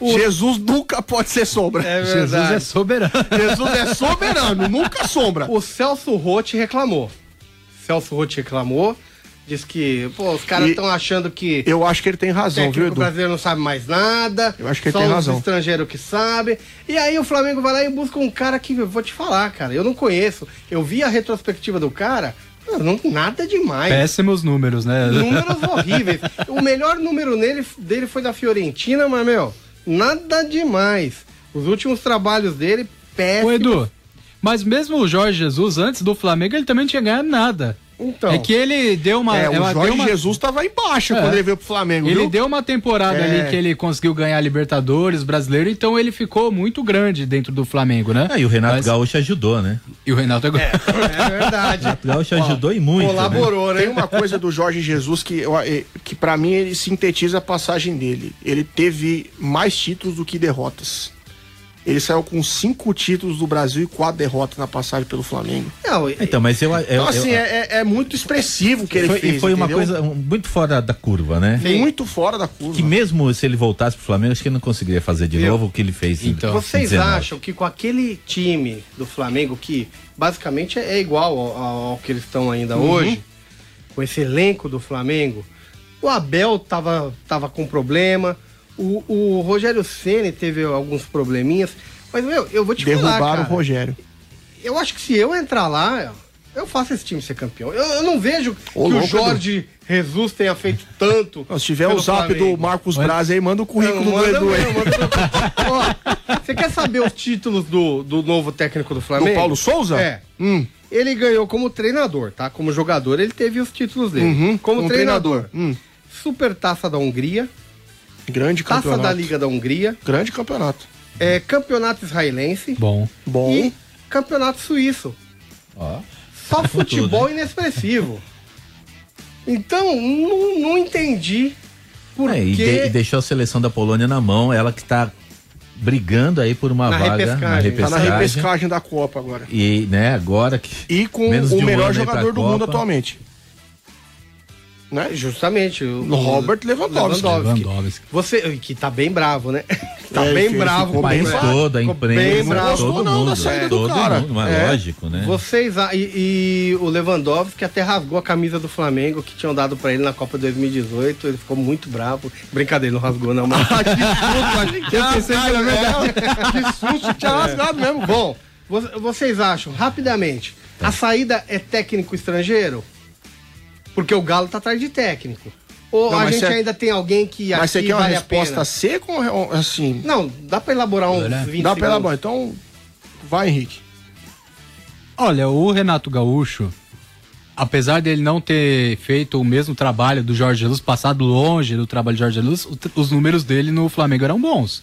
[SPEAKER 1] O-
[SPEAKER 3] Jesus nunca pode ser sombra.
[SPEAKER 1] É
[SPEAKER 4] Jesus é
[SPEAKER 1] verdade.
[SPEAKER 4] soberano.
[SPEAKER 3] Jesus é soberano, nunca sombra.
[SPEAKER 1] O Celso Rotti reclamou. Celso Rotti reclamou. Diz que, pô, os caras
[SPEAKER 3] E-
[SPEAKER 1] estão achando que
[SPEAKER 3] Eu acho que ele tem
[SPEAKER 1] o
[SPEAKER 3] razão,
[SPEAKER 1] técnico
[SPEAKER 3] viu, Edu?
[SPEAKER 1] brasileiro não sabe mais nada.
[SPEAKER 3] Eu acho que ele
[SPEAKER 1] só
[SPEAKER 3] tem
[SPEAKER 1] os
[SPEAKER 3] razão.
[SPEAKER 1] estrangeiros que sabem. E aí o Flamengo vai lá e busca um cara que, eu vou te falar, cara, eu não conheço. Eu vi a retrospectiva do cara, cara, não, nada demais.
[SPEAKER 4] Péssimos números, né?
[SPEAKER 1] Números horríveis. O melhor número nele, dele foi da Fiorentina, mas, meu, nada demais. Os últimos trabalhos dele,
[SPEAKER 4] Ô,
[SPEAKER 1] péssimos.
[SPEAKER 3] é assim.
[SPEAKER 4] Edu, mas mesmo o Jorge Jesus, antes do Flamengo, ele também não tinha ganhado nada.
[SPEAKER 1] Então.
[SPEAKER 4] É que ele deu uma.
[SPEAKER 3] É,
[SPEAKER 4] ela
[SPEAKER 3] o
[SPEAKER 4] deu
[SPEAKER 3] Jorge
[SPEAKER 4] uma-
[SPEAKER 3] Jesus tava embaixo
[SPEAKER 4] É.
[SPEAKER 3] quando ele veio pro Flamengo,
[SPEAKER 4] Ele
[SPEAKER 3] viu?
[SPEAKER 4] deu uma temporada
[SPEAKER 3] É.
[SPEAKER 4] ali que ele conseguiu ganhar Libertadores, Brasileiro, então ele ficou muito grande dentro do Flamengo, né?
[SPEAKER 2] Ah, e o Renato
[SPEAKER 4] Mas-
[SPEAKER 2] Gaúcho ajudou, né?
[SPEAKER 4] E o Renato agora.
[SPEAKER 1] É verdade.
[SPEAKER 2] O Gaúcho ajudou e muito. né?
[SPEAKER 1] Colaborou, né?
[SPEAKER 3] Tem uma coisa do Jorge Jesus que, eu- eh, que para mim ele sintetiza a passagem dele. Ele teve mais títulos do que derrotas. Ele saiu com cinco títulos do Brasil e quatro derrotas na passagem pelo Flamengo.
[SPEAKER 1] Não, é e-
[SPEAKER 2] Então, mas eu. eu-
[SPEAKER 3] Então,
[SPEAKER 2] eu-
[SPEAKER 3] assim, é, é- é muito expressivo o que ele
[SPEAKER 2] foi,
[SPEAKER 3] fez.
[SPEAKER 2] e foi uma
[SPEAKER 3] entendeu?
[SPEAKER 2] coisa um, muito fora da curva, né?
[SPEAKER 3] muito fora da curva.
[SPEAKER 2] Que mesmo se ele voltasse pro Flamengo, acho que ele não conseguiria fazer de novo o que ele fez. em-
[SPEAKER 4] Então.
[SPEAKER 2] em
[SPEAKER 1] vocês
[SPEAKER 2] 19.
[SPEAKER 1] acham que com aquele time do Flamengo, que basicamente é igual ao, ao- ao que eles estão ainda
[SPEAKER 3] Uhum.
[SPEAKER 1] hoje, com esse elenco do Flamengo, o Abel tava, tava com problema, o, o Rogério Ceni teve alguns probleminhas, mas, meu, eu vou te falar,
[SPEAKER 3] Derrubaram
[SPEAKER 1] cara,
[SPEAKER 3] o Rogério.
[SPEAKER 1] eu acho que se eu entrar lá, eu faço esse time ser campeão. Eu, eu não vejo
[SPEAKER 3] Ô,
[SPEAKER 1] que
[SPEAKER 3] louco,
[SPEAKER 1] o Jorge Jesus tenha feito tanto.
[SPEAKER 3] Não, Se tiver
[SPEAKER 1] pelo
[SPEAKER 3] o zap
[SPEAKER 1] Flamengo.
[SPEAKER 3] do Marcos Braz aí, manda o currículo do
[SPEAKER 1] manda
[SPEAKER 3] Edu aí.
[SPEAKER 1] mesmo, manda mesmo. Ó, Você quer saber os títulos do, do novo técnico do Flamengo?
[SPEAKER 3] Do Paulo Souza?
[SPEAKER 1] É.
[SPEAKER 3] Hum.
[SPEAKER 1] Ele ganhou como treinador, tá? Como jogador, ele teve os títulos dele.
[SPEAKER 3] Uhum,
[SPEAKER 1] como
[SPEAKER 3] como
[SPEAKER 1] treinador.
[SPEAKER 3] treinador. Hum.
[SPEAKER 1] Super Taça da Hungria,
[SPEAKER 3] Grande
[SPEAKER 1] Taça
[SPEAKER 3] campeonato.
[SPEAKER 1] da Liga da Hungria,
[SPEAKER 3] Grande campeonato.
[SPEAKER 1] é, Campeonato Israelense
[SPEAKER 4] Bom.
[SPEAKER 3] Bom. tá
[SPEAKER 1] e Campeonato Suíço.
[SPEAKER 2] Ó,
[SPEAKER 1] Só futebol
[SPEAKER 3] né?
[SPEAKER 1] inexpressivo. Então, não, não entendi por
[SPEAKER 2] é,
[SPEAKER 1] que...
[SPEAKER 2] e, de- e deixou a seleção da Polônia na mão, ela que tá brigando aí por uma
[SPEAKER 1] Na
[SPEAKER 2] vaga na
[SPEAKER 1] repescagem.
[SPEAKER 2] repescagem.
[SPEAKER 3] Tá na repescagem da Copa agora.
[SPEAKER 2] E, né, agora que.
[SPEAKER 3] E com
[SPEAKER 2] menos de
[SPEAKER 3] o
[SPEAKER 2] um
[SPEAKER 3] melhor
[SPEAKER 2] ano aí pra
[SPEAKER 3] jogador do
[SPEAKER 2] Copa.
[SPEAKER 3] mundo atualmente.
[SPEAKER 1] né? Justamente. O, o
[SPEAKER 3] Robert Lewandowski.
[SPEAKER 4] Lewandowski.
[SPEAKER 1] Você, que tá bem bravo, né? Tá
[SPEAKER 3] É,
[SPEAKER 1] bem
[SPEAKER 3] ficou-
[SPEAKER 1] bravo
[SPEAKER 3] ficou
[SPEAKER 1] com
[SPEAKER 3] bem
[SPEAKER 1] o
[SPEAKER 2] Mas
[SPEAKER 1] Neymar.
[SPEAKER 2] toda a
[SPEAKER 1] Ficou
[SPEAKER 2] imprensa,
[SPEAKER 1] Bem bravo.
[SPEAKER 3] gostou
[SPEAKER 2] todo
[SPEAKER 3] não da
[SPEAKER 2] mundo,
[SPEAKER 3] saída
[SPEAKER 2] é,
[SPEAKER 3] do
[SPEAKER 2] todo
[SPEAKER 3] cara.
[SPEAKER 2] mundo, mas
[SPEAKER 1] É.
[SPEAKER 2] lógico, né?
[SPEAKER 1] Vocês a- e, e o Lewandowski até rasgou a camisa do Flamengo que tinham dado pra ele na Copa 2018. Ele ficou muito bravo. Brincadeira, não rasgou não, mas
[SPEAKER 3] Ah, que susto, a gente tinha rasgado,
[SPEAKER 1] era
[SPEAKER 3] é. Que susto, tinha rasgado mesmo. Tá.
[SPEAKER 1] Bom, vo- vocês acham, rapidamente, a saída é técnico estrangeiro? Porque o Galo tá atrás de técnico. Ou
[SPEAKER 3] Não,
[SPEAKER 1] a
[SPEAKER 3] mas
[SPEAKER 1] gente
[SPEAKER 3] você-
[SPEAKER 1] ainda tem alguém que
[SPEAKER 3] Mas você
[SPEAKER 1] aqui
[SPEAKER 3] quer uma
[SPEAKER 1] vale a
[SPEAKER 3] resposta
[SPEAKER 1] pena?
[SPEAKER 3] seca ou assim?
[SPEAKER 1] Não, dá pra elaborar uns
[SPEAKER 4] Olha,
[SPEAKER 1] 20
[SPEAKER 3] Dá pra ela,
[SPEAKER 1] segundos.
[SPEAKER 3] bom. Então, vai, Henrique.
[SPEAKER 4] Olha, o Renato Gaúcho, apesar dele não ter feito o mesmo trabalho do Jorge Jesus, passado longe do trabalho do Jorge Jesus, o tr- os números dele no Flamengo eram bons.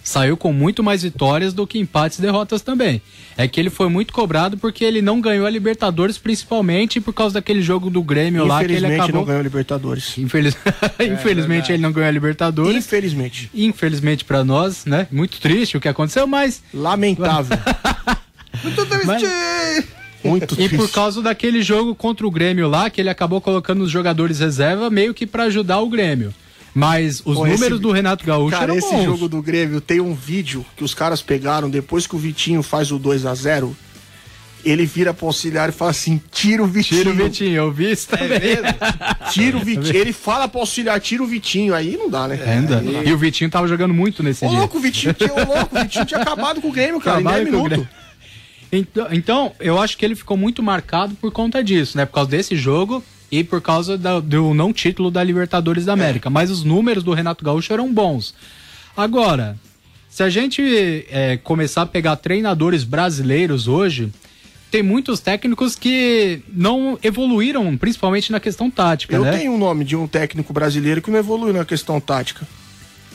[SPEAKER 4] Saiu com muito mais vitórias do que empates e derrotas também. É que ele foi muito cobrado porque ele não ganhou a Libertadores, principalmente por causa daquele jogo do Grêmio lá que ele
[SPEAKER 3] Infelizmente, não
[SPEAKER 4] acabou.
[SPEAKER 3] ganhou É, a Libertadores.
[SPEAKER 4] Infeliz- Infelizmente ele não ganhou a Libertadores.
[SPEAKER 3] Infelizmente.
[SPEAKER 4] Infelizmente pra nós, né? Muito triste o que aconteceu, mas
[SPEAKER 3] Lamentável.
[SPEAKER 4] Mas-
[SPEAKER 3] Muito
[SPEAKER 4] E
[SPEAKER 3] triste.
[SPEAKER 4] por causa daquele jogo contra o Grêmio lá, que ele acabou colocando os jogadores reserva meio que pra ajudar o Grêmio. Mas os
[SPEAKER 3] Pô,
[SPEAKER 4] números
[SPEAKER 3] esse-
[SPEAKER 4] do Renato Gaúcho
[SPEAKER 3] Cara,
[SPEAKER 4] eram
[SPEAKER 3] esse
[SPEAKER 4] bons.
[SPEAKER 3] jogo do Grêmio tem um vídeo que os caras pegaram depois que o Vitinho faz o 2 a 0 ele vira pro auxiliar e fala assim: tira o Vitinho. É
[SPEAKER 4] Tira o Vitinho, eu vi isso também.
[SPEAKER 3] Tira o Vitinho. Ele fala pro auxiliar: tira o Vitinho. Aí não dá, né?
[SPEAKER 4] É, Ainda. E o Vitinho tava jogando muito nesse
[SPEAKER 3] Ô,
[SPEAKER 4] dia.
[SPEAKER 3] louco, o Vitinho tinha, ô, louco, o Vitinho tinha acabado com o Grêmio, cara,
[SPEAKER 4] Trabalho
[SPEAKER 3] em 10
[SPEAKER 4] com o
[SPEAKER 3] minutos.
[SPEAKER 4] Grêmio. Então, então, eu acho que ele ficou muito marcado por conta disso, né? Por causa desse jogo e por causa da- do não título da Libertadores
[SPEAKER 3] É.
[SPEAKER 4] da América. Mas os números do Renato Gaúcho eram bons. Agora, se a gente é, começar a pegar treinadores brasileiros hoje, tem muitos técnicos que não evoluíram, principalmente na questão tática,
[SPEAKER 3] Eu
[SPEAKER 4] né?
[SPEAKER 3] tenho o nome de um técnico brasileiro que não evoluiu na questão tática.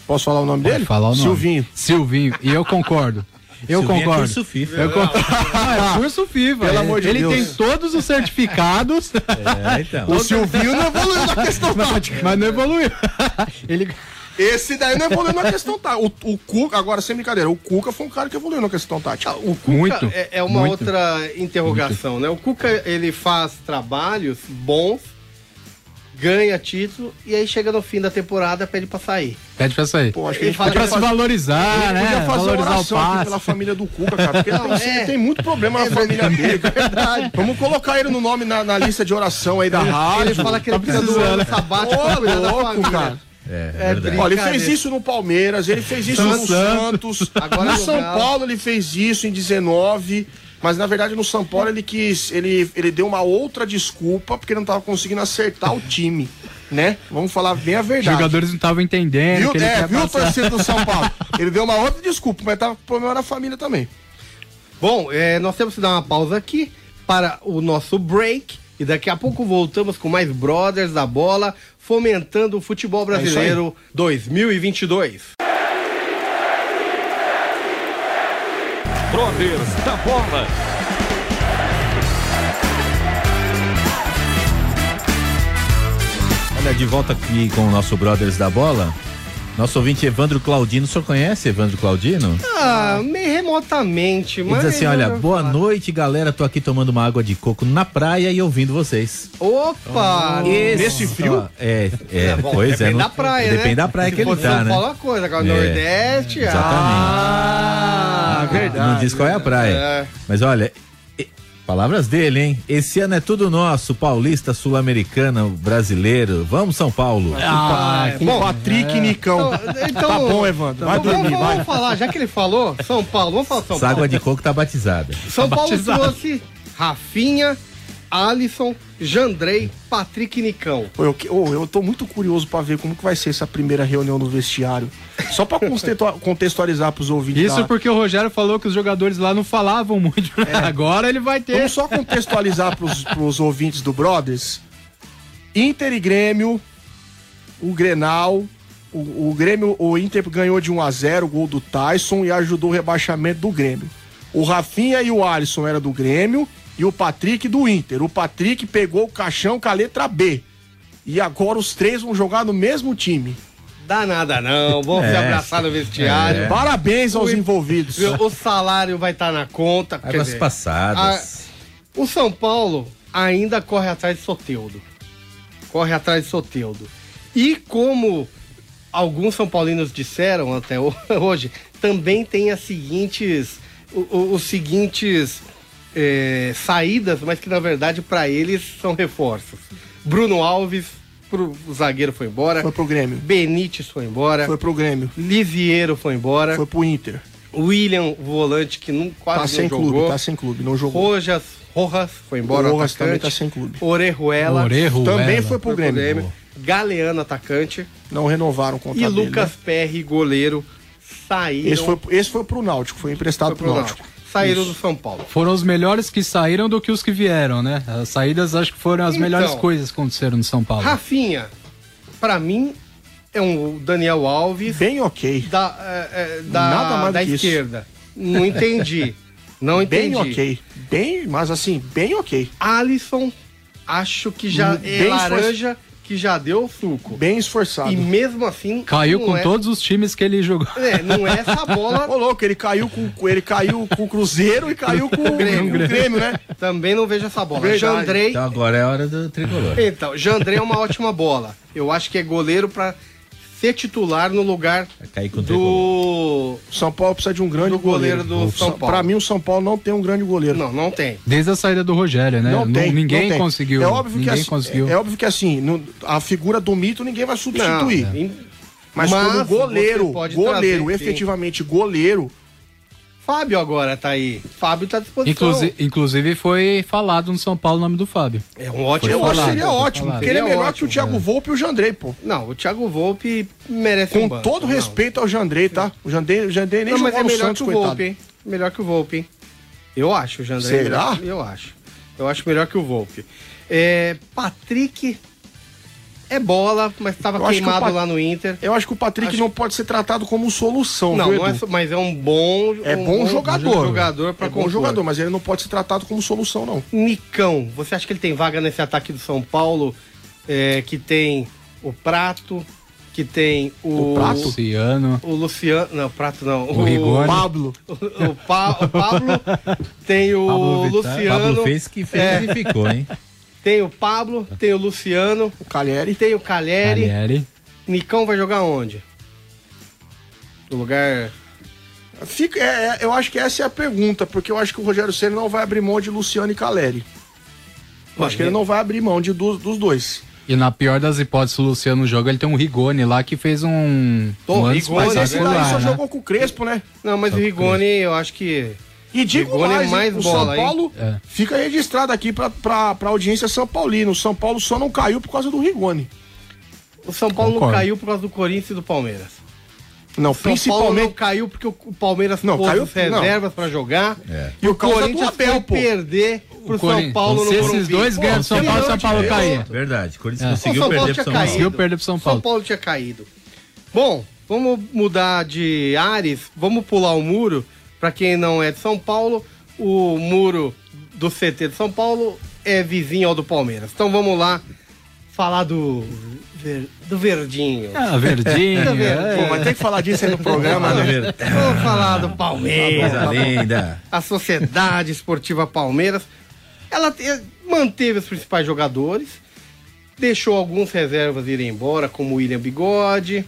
[SPEAKER 3] Posso falar o nome
[SPEAKER 4] Pode
[SPEAKER 3] dele?
[SPEAKER 4] falar o nome.
[SPEAKER 3] Silvinho.
[SPEAKER 4] Silvinho, e eu concordo. Eu
[SPEAKER 2] Silvinho é
[SPEAKER 4] concordo.
[SPEAKER 2] curso FIFA.
[SPEAKER 4] Eu con- Ah, é curso FIFA.
[SPEAKER 3] Pelo amor de
[SPEAKER 4] Ele
[SPEAKER 3] Deus.
[SPEAKER 4] tem todos os certificados.
[SPEAKER 2] É, então.
[SPEAKER 3] O Silvinho não evoluiu na questão tática.
[SPEAKER 4] Mas não evoluiu. Ele...
[SPEAKER 3] Esse daí não evoluiu na questão tática. O, o Cuca, agora sem brincadeira, o Cuca foi um cara que evoluiu na questão tática.
[SPEAKER 1] O Cuca
[SPEAKER 4] Muito,
[SPEAKER 1] é, é uma
[SPEAKER 4] muito.
[SPEAKER 1] outra interrogação, né? O Cuca, ele faz trabalhos bons, ganha título e aí chega no fim da temporada pede pra sair.
[SPEAKER 4] Pede pra sair.
[SPEAKER 3] Pô, acho
[SPEAKER 1] Ele
[SPEAKER 4] É
[SPEAKER 1] fala
[SPEAKER 4] pra
[SPEAKER 1] que
[SPEAKER 4] se valorizar, né?
[SPEAKER 3] podia fazer uma
[SPEAKER 4] valorizar o
[SPEAKER 3] oração aqui
[SPEAKER 4] passe.
[SPEAKER 3] pela família do Cuca, cara, porque ele tem, um
[SPEAKER 1] é.
[SPEAKER 3] tem muito problema na família dele. Verdade. Vamos colocar ele no nome na, na lista de oração aí da rádio.
[SPEAKER 1] Ele fala que ele precisa do
[SPEAKER 4] precisando,
[SPEAKER 1] ano
[SPEAKER 4] né?
[SPEAKER 1] sabático
[SPEAKER 3] Ô,
[SPEAKER 1] pra cuidar da
[SPEAKER 3] louco,
[SPEAKER 1] família.
[SPEAKER 3] cara.
[SPEAKER 2] É,
[SPEAKER 1] É,
[SPEAKER 2] verdade.
[SPEAKER 3] Olha, ele
[SPEAKER 1] Brincadeira.
[SPEAKER 3] fez isso no Palmeiras, ele fez isso
[SPEAKER 4] Santos.
[SPEAKER 3] no Santos,
[SPEAKER 1] Agora
[SPEAKER 3] no
[SPEAKER 1] no
[SPEAKER 3] São
[SPEAKER 1] Galo.
[SPEAKER 3] Paulo ele fez isso em 19, mas na verdade no São Paulo ele quis, ele, ele deu uma outra desculpa porque não tava conseguindo acertar o time, né? Vamos falar bem a
[SPEAKER 4] Os
[SPEAKER 3] verdade.
[SPEAKER 4] jogadores não estavam entendendo.
[SPEAKER 3] Viu,
[SPEAKER 4] né, que ele
[SPEAKER 3] é,
[SPEAKER 4] quer
[SPEAKER 3] viu o
[SPEAKER 4] passar.
[SPEAKER 3] torcedor do São Paulo? Ele deu uma outra desculpa, mas tava com problema na família também.
[SPEAKER 1] Bom, é, nós temos que dar uma pausa aqui para o nosso break e daqui a pouco voltamos com mais Brothers da Bola fomentando o futebol
[SPEAKER 3] isso aí.
[SPEAKER 1] brasileiro 2022.
[SPEAKER 5] Brothers da Bola.
[SPEAKER 2] Olha, de volta aqui com o nosso Brothers da Bola. Nosso ouvinte Evandro Claudino, o senhor conhece Evandro Claudino?
[SPEAKER 1] Ah, meio remotamente,
[SPEAKER 2] Ele
[SPEAKER 1] mas.
[SPEAKER 2] diz assim:
[SPEAKER 1] eu
[SPEAKER 2] olha,
[SPEAKER 1] já
[SPEAKER 2] boa
[SPEAKER 1] falar.
[SPEAKER 2] noite, galera. Tô aqui tomando uma água de coco na praia e ouvindo vocês.
[SPEAKER 1] Opa!
[SPEAKER 3] Nesse frio?
[SPEAKER 2] É, é,
[SPEAKER 1] Bom,
[SPEAKER 2] pois é.
[SPEAKER 1] depende
[SPEAKER 2] não-
[SPEAKER 1] da praia, né?
[SPEAKER 2] Depende da praia
[SPEAKER 1] Se
[SPEAKER 2] que ele
[SPEAKER 1] fosse
[SPEAKER 2] tá,
[SPEAKER 1] São Paulo,
[SPEAKER 2] né?
[SPEAKER 1] uma coisa, agora
[SPEAKER 2] É,
[SPEAKER 1] Nordeste.
[SPEAKER 2] exatamente.
[SPEAKER 1] Ah, verdade.
[SPEAKER 2] Não diz qual é a praia.
[SPEAKER 1] É.
[SPEAKER 2] Mas olha, e- palavras dele, hein? Esse ano é tudo nosso, paulista, sul-americano, brasileiro. Vamos, São Paulo.
[SPEAKER 4] Ah,
[SPEAKER 1] é
[SPEAKER 4] que-
[SPEAKER 3] Com Patrick e Nicão.
[SPEAKER 1] Então, então-
[SPEAKER 3] Tá bom, Evandro, vai
[SPEAKER 1] Então vamos-
[SPEAKER 3] dormir,
[SPEAKER 1] vamos
[SPEAKER 3] vai.
[SPEAKER 1] falar, já que ele falou, São Paulo, vamos falar São
[SPEAKER 2] Essa
[SPEAKER 1] Paulo.
[SPEAKER 2] água de coco tá batizada.
[SPEAKER 1] São Paulo
[SPEAKER 4] batizado.
[SPEAKER 1] trouxe Rafinha, Alisson, Jandrei, Patrick e Nicão.
[SPEAKER 3] Pô, eu, que- ô, eu tô muito curioso pra ver como que vai ser essa primeira reunião no vestiário. Só pra constetua- contextualizar pros ouvintes.
[SPEAKER 4] Isso
[SPEAKER 3] da-
[SPEAKER 4] porque o Rogério falou que os jogadores lá não falavam muito. né? Agora ele vai ter.
[SPEAKER 3] É. Vamos só contextualizar pros, pros ouvintes do Brothers. Inter e Grêmio, o Grenal, o, o Grêmio, o Inter ganhou de 1 a 0 o gol do Tyson e ajudou o rebaixamento do Grêmio. O Rafinha e o Alisson era do Grêmio e o Patrick do Inter. O Patrick pegou o caixão com a letra B. E agora os três vão jogar no mesmo time.
[SPEAKER 1] Dá nada não, vamos se
[SPEAKER 2] É.
[SPEAKER 1] abraçar no
[SPEAKER 3] É.
[SPEAKER 1] vestiário.
[SPEAKER 3] Parabéns aos envolvidos.
[SPEAKER 1] O salário vai estar na conta. quer
[SPEAKER 2] Águas
[SPEAKER 1] dizer,
[SPEAKER 2] passadas.
[SPEAKER 1] O São Paulo ainda corre atrás de Soteudo. corre atrás de Soteudo. E como alguns São Paulinos disseram até ho- hoje, também tem as seguintes, o- o- os seguintes eh, saídas, mas que na verdade para eles são reforços. Bruno Alves, pro, o zagueiro foi embora.
[SPEAKER 3] Foi pro Grêmio.
[SPEAKER 1] Benítez foi embora.
[SPEAKER 3] Foi pro Grêmio.
[SPEAKER 1] Lisiero foi embora.
[SPEAKER 3] Foi pro Inter.
[SPEAKER 1] William, o volante que não, É. quase
[SPEAKER 3] Tá
[SPEAKER 1] não
[SPEAKER 3] sem
[SPEAKER 1] jogou.
[SPEAKER 3] clube, tá sem clube, não jogou.
[SPEAKER 1] Rojas, Rojas foi embora.
[SPEAKER 3] O Rojas
[SPEAKER 1] atacante.
[SPEAKER 3] também tá sem clube.
[SPEAKER 1] Orejuela.
[SPEAKER 4] Orejuela.
[SPEAKER 3] Também foi
[SPEAKER 1] Foi pro
[SPEAKER 3] pro Grêmio.
[SPEAKER 1] Grêmio. Galeano, atacante.
[SPEAKER 3] Não renovaram o
[SPEAKER 1] E
[SPEAKER 3] contrato dele,
[SPEAKER 1] Lucas
[SPEAKER 3] né?
[SPEAKER 1] Perry, goleiro, saíram.
[SPEAKER 3] Esse foi, esse foi pro Náutico, foi emprestado
[SPEAKER 1] foi
[SPEAKER 3] pro, Náutico.
[SPEAKER 1] Saíram
[SPEAKER 3] Isso.
[SPEAKER 1] do São Paulo.
[SPEAKER 4] Foram os melhores que saíram do que os que vieram, né? As saídas acho que foram as
[SPEAKER 1] Então.
[SPEAKER 4] melhores coisas que aconteceram no São Paulo.
[SPEAKER 1] Rafinha, pra mim, é um Daniel Alves
[SPEAKER 3] Bem ok.
[SPEAKER 1] da, é, é, da,
[SPEAKER 3] Nada mais do
[SPEAKER 1] da
[SPEAKER 3] que isso.
[SPEAKER 1] esquerda. Não entendi. Não entendi.
[SPEAKER 3] Bem ok. Bem, mas assim, bem ok.
[SPEAKER 1] Alisson, acho que já é
[SPEAKER 3] Bem
[SPEAKER 1] laranja, que já deu o suco.
[SPEAKER 3] Bem esforçado.
[SPEAKER 1] E mesmo assim.
[SPEAKER 4] Caiu
[SPEAKER 1] não
[SPEAKER 4] com
[SPEAKER 1] é-
[SPEAKER 4] todos os times que ele jogou.
[SPEAKER 1] É, não é essa
[SPEAKER 3] Ô
[SPEAKER 1] bola.
[SPEAKER 3] louco, ele caiu com ele caiu com o Cruzeiro e caiu com o Grêmio, o Grêmio né?
[SPEAKER 1] Também não vejo essa bola.
[SPEAKER 3] Verdade. Tá.
[SPEAKER 1] Jandrei.
[SPEAKER 2] Então agora é a hora do tricolor.
[SPEAKER 1] Então, Jandrei é uma ótima bola. Eu acho que é goleiro pra ser titular no lugar
[SPEAKER 2] Vai cair com o tricolor.
[SPEAKER 1] do.
[SPEAKER 3] O São Paulo precisa de um grande
[SPEAKER 1] Do goleiro
[SPEAKER 3] goleiro.
[SPEAKER 1] do
[SPEAKER 3] O
[SPEAKER 1] São Paulo.
[SPEAKER 3] Pra mim, o São Paulo não tem um grande goleiro.
[SPEAKER 1] Não, não tem.
[SPEAKER 4] Desde a saída do Rogério, né?
[SPEAKER 3] Não tem,
[SPEAKER 4] ninguém
[SPEAKER 3] não tem.
[SPEAKER 4] conseguiu.
[SPEAKER 3] É óbvio
[SPEAKER 4] ninguém
[SPEAKER 3] que assim,
[SPEAKER 4] conseguiu.
[SPEAKER 3] É, é óbvio que assim, não- a figura do mito ninguém vai
[SPEAKER 1] Não,
[SPEAKER 3] substituir.
[SPEAKER 1] em-
[SPEAKER 3] Mas, como goleiro,
[SPEAKER 1] você pode
[SPEAKER 3] goleiro,
[SPEAKER 1] trazer, sim.
[SPEAKER 3] efetivamente goleiro,
[SPEAKER 1] Fábio agora tá aí. Fábio tá à disposição.
[SPEAKER 4] Inclusi- inclusive foi falado no São Paulo o nome do Fábio.
[SPEAKER 1] É um ótimo
[SPEAKER 3] eu acho
[SPEAKER 4] falado,
[SPEAKER 3] que seria
[SPEAKER 4] foi
[SPEAKER 3] ótimo.
[SPEAKER 4] falado.
[SPEAKER 3] Porque ele é
[SPEAKER 1] Seria
[SPEAKER 3] melhor que o
[SPEAKER 1] ótimo,
[SPEAKER 3] Thiago Volpe e o Jandrei, pô.
[SPEAKER 1] Não, o Thiago Volpe merece um
[SPEAKER 3] Com
[SPEAKER 1] banco,
[SPEAKER 3] todo
[SPEAKER 1] não.
[SPEAKER 3] respeito ao Jandrei, tá? O Jandrei, o Jandrei nem
[SPEAKER 1] Não, mas
[SPEAKER 3] jogou
[SPEAKER 1] é
[SPEAKER 3] no
[SPEAKER 1] melhor
[SPEAKER 3] Santos,
[SPEAKER 1] que o
[SPEAKER 3] coitado.
[SPEAKER 1] Volpe, hein? Melhor que o Volpe, hein? Eu acho, o Jandrei.
[SPEAKER 3] Será?
[SPEAKER 1] melhor que- eu acho. Eu acho melhor que o Volpe. É, Patrick é bola, mas tava
[SPEAKER 3] Eu acho que o
[SPEAKER 1] queimado
[SPEAKER 3] Pat-
[SPEAKER 1] lá no Inter.
[SPEAKER 3] Eu acho que o Patrick
[SPEAKER 1] Acho-
[SPEAKER 3] não pode ser tratado como solução,
[SPEAKER 1] Não,
[SPEAKER 3] viu,
[SPEAKER 1] não é,
[SPEAKER 3] Edu?
[SPEAKER 1] só- mas é um bom
[SPEAKER 3] É
[SPEAKER 1] um
[SPEAKER 3] bom jogador.
[SPEAKER 1] jogador para
[SPEAKER 3] É bom jogador, mas ele não pode ser tratado como solução, não.
[SPEAKER 1] Nicão, você acha que ele tem vaga nesse ataque do São Paulo é, que tem o Prato, que tem o
[SPEAKER 3] O Prato?
[SPEAKER 4] Luciano.
[SPEAKER 1] o Luciano, não, Prato não,
[SPEAKER 4] O Rigoni.
[SPEAKER 3] Pablo.
[SPEAKER 1] o, o Pa- o Pablo, tem o
[SPEAKER 2] Pablo Vittar-
[SPEAKER 1] Luciano,
[SPEAKER 2] Pablo fez que fez
[SPEAKER 1] É.
[SPEAKER 2] e ficou, hein?
[SPEAKER 1] tem o Pablo, tem o Luciano,
[SPEAKER 3] O Caleri.
[SPEAKER 1] tem o Caleri.
[SPEAKER 4] Calieri.
[SPEAKER 1] Nicão vai jogar onde? No lugar
[SPEAKER 3] Fica, é, é, eu acho que essa é a pergunta, porque eu acho que o Rogério Ceni não vai abrir mão de Luciano e Caleri. Eu acho que ele não vai abrir mão de du- dos dois.
[SPEAKER 4] E na pior das hipóteses, o Luciano no jogo, ele tem um Rigoni lá que fez um.
[SPEAKER 1] Pô,
[SPEAKER 4] um ano
[SPEAKER 1] Rigoni,
[SPEAKER 3] Mas esse daí tá só
[SPEAKER 4] espetacular, né?
[SPEAKER 3] jogou com o Crespo, né?
[SPEAKER 1] Não, mas o Rigoni, eu acho que
[SPEAKER 3] E digo
[SPEAKER 1] Rigoni é
[SPEAKER 3] mais, hein,
[SPEAKER 1] mais
[SPEAKER 3] o
[SPEAKER 1] bola, hein?
[SPEAKER 3] São Paulo
[SPEAKER 4] É.
[SPEAKER 3] fica registrado aqui pra, pra, pra audiência São Paulina. O São Paulo só não caiu por causa do Rigoni.
[SPEAKER 1] o São Paulo não
[SPEAKER 4] Concordo.
[SPEAKER 1] caiu por causa do Corinthians e do Palmeiras.
[SPEAKER 3] Não,
[SPEAKER 1] São Paulo não
[SPEAKER 3] principalmente.
[SPEAKER 1] caiu porque o o Palmeiras
[SPEAKER 3] Não,
[SPEAKER 1] pôs
[SPEAKER 3] caiu-
[SPEAKER 1] as
[SPEAKER 3] não.
[SPEAKER 1] reservas pra jogar.
[SPEAKER 2] É.
[SPEAKER 1] E o
[SPEAKER 3] Por causa do
[SPEAKER 1] Corinthians
[SPEAKER 3] Abel,
[SPEAKER 1] foi
[SPEAKER 3] pô.
[SPEAKER 1] perder pro São
[SPEAKER 4] Corinthians.
[SPEAKER 1] Paulo
[SPEAKER 4] Se
[SPEAKER 1] no
[SPEAKER 4] esses
[SPEAKER 1] Morumbi.
[SPEAKER 4] dois ganham do São
[SPEAKER 1] pelo
[SPEAKER 4] Paulo, o São
[SPEAKER 1] amor de
[SPEAKER 4] Paulo
[SPEAKER 1] Deus.
[SPEAKER 4] caía.
[SPEAKER 2] Verdade, Ah. o Corinthians
[SPEAKER 4] É.
[SPEAKER 1] O
[SPEAKER 2] conseguiu
[SPEAKER 1] São Paulo
[SPEAKER 2] perder
[SPEAKER 1] tinha
[SPEAKER 2] pro São
[SPEAKER 1] caído.
[SPEAKER 2] Paulo.
[SPEAKER 4] Conseguiu perder pro São Paulo.
[SPEAKER 1] São Paulo tinha caído. Bom, vamos mudar de áreas, vamos pular o muro. Pra quem não é de São Paulo, o muro do CT de São Paulo é vizinho ao do Palmeiras. Então vamos lá falar do, ver- do Verdinho.
[SPEAKER 4] Ah, verdinho.
[SPEAKER 1] Tá vendo?
[SPEAKER 4] é.
[SPEAKER 3] Pô, mas tem que falar disso aí no programa, né?
[SPEAKER 2] Tá
[SPEAKER 1] Vamos falar do Palmeiras.
[SPEAKER 2] Coisa linda.
[SPEAKER 1] a Sociedade Esportiva Palmeiras, ela te- manteve os principais jogadores, deixou alguns reservas irem embora, como o William Bigode,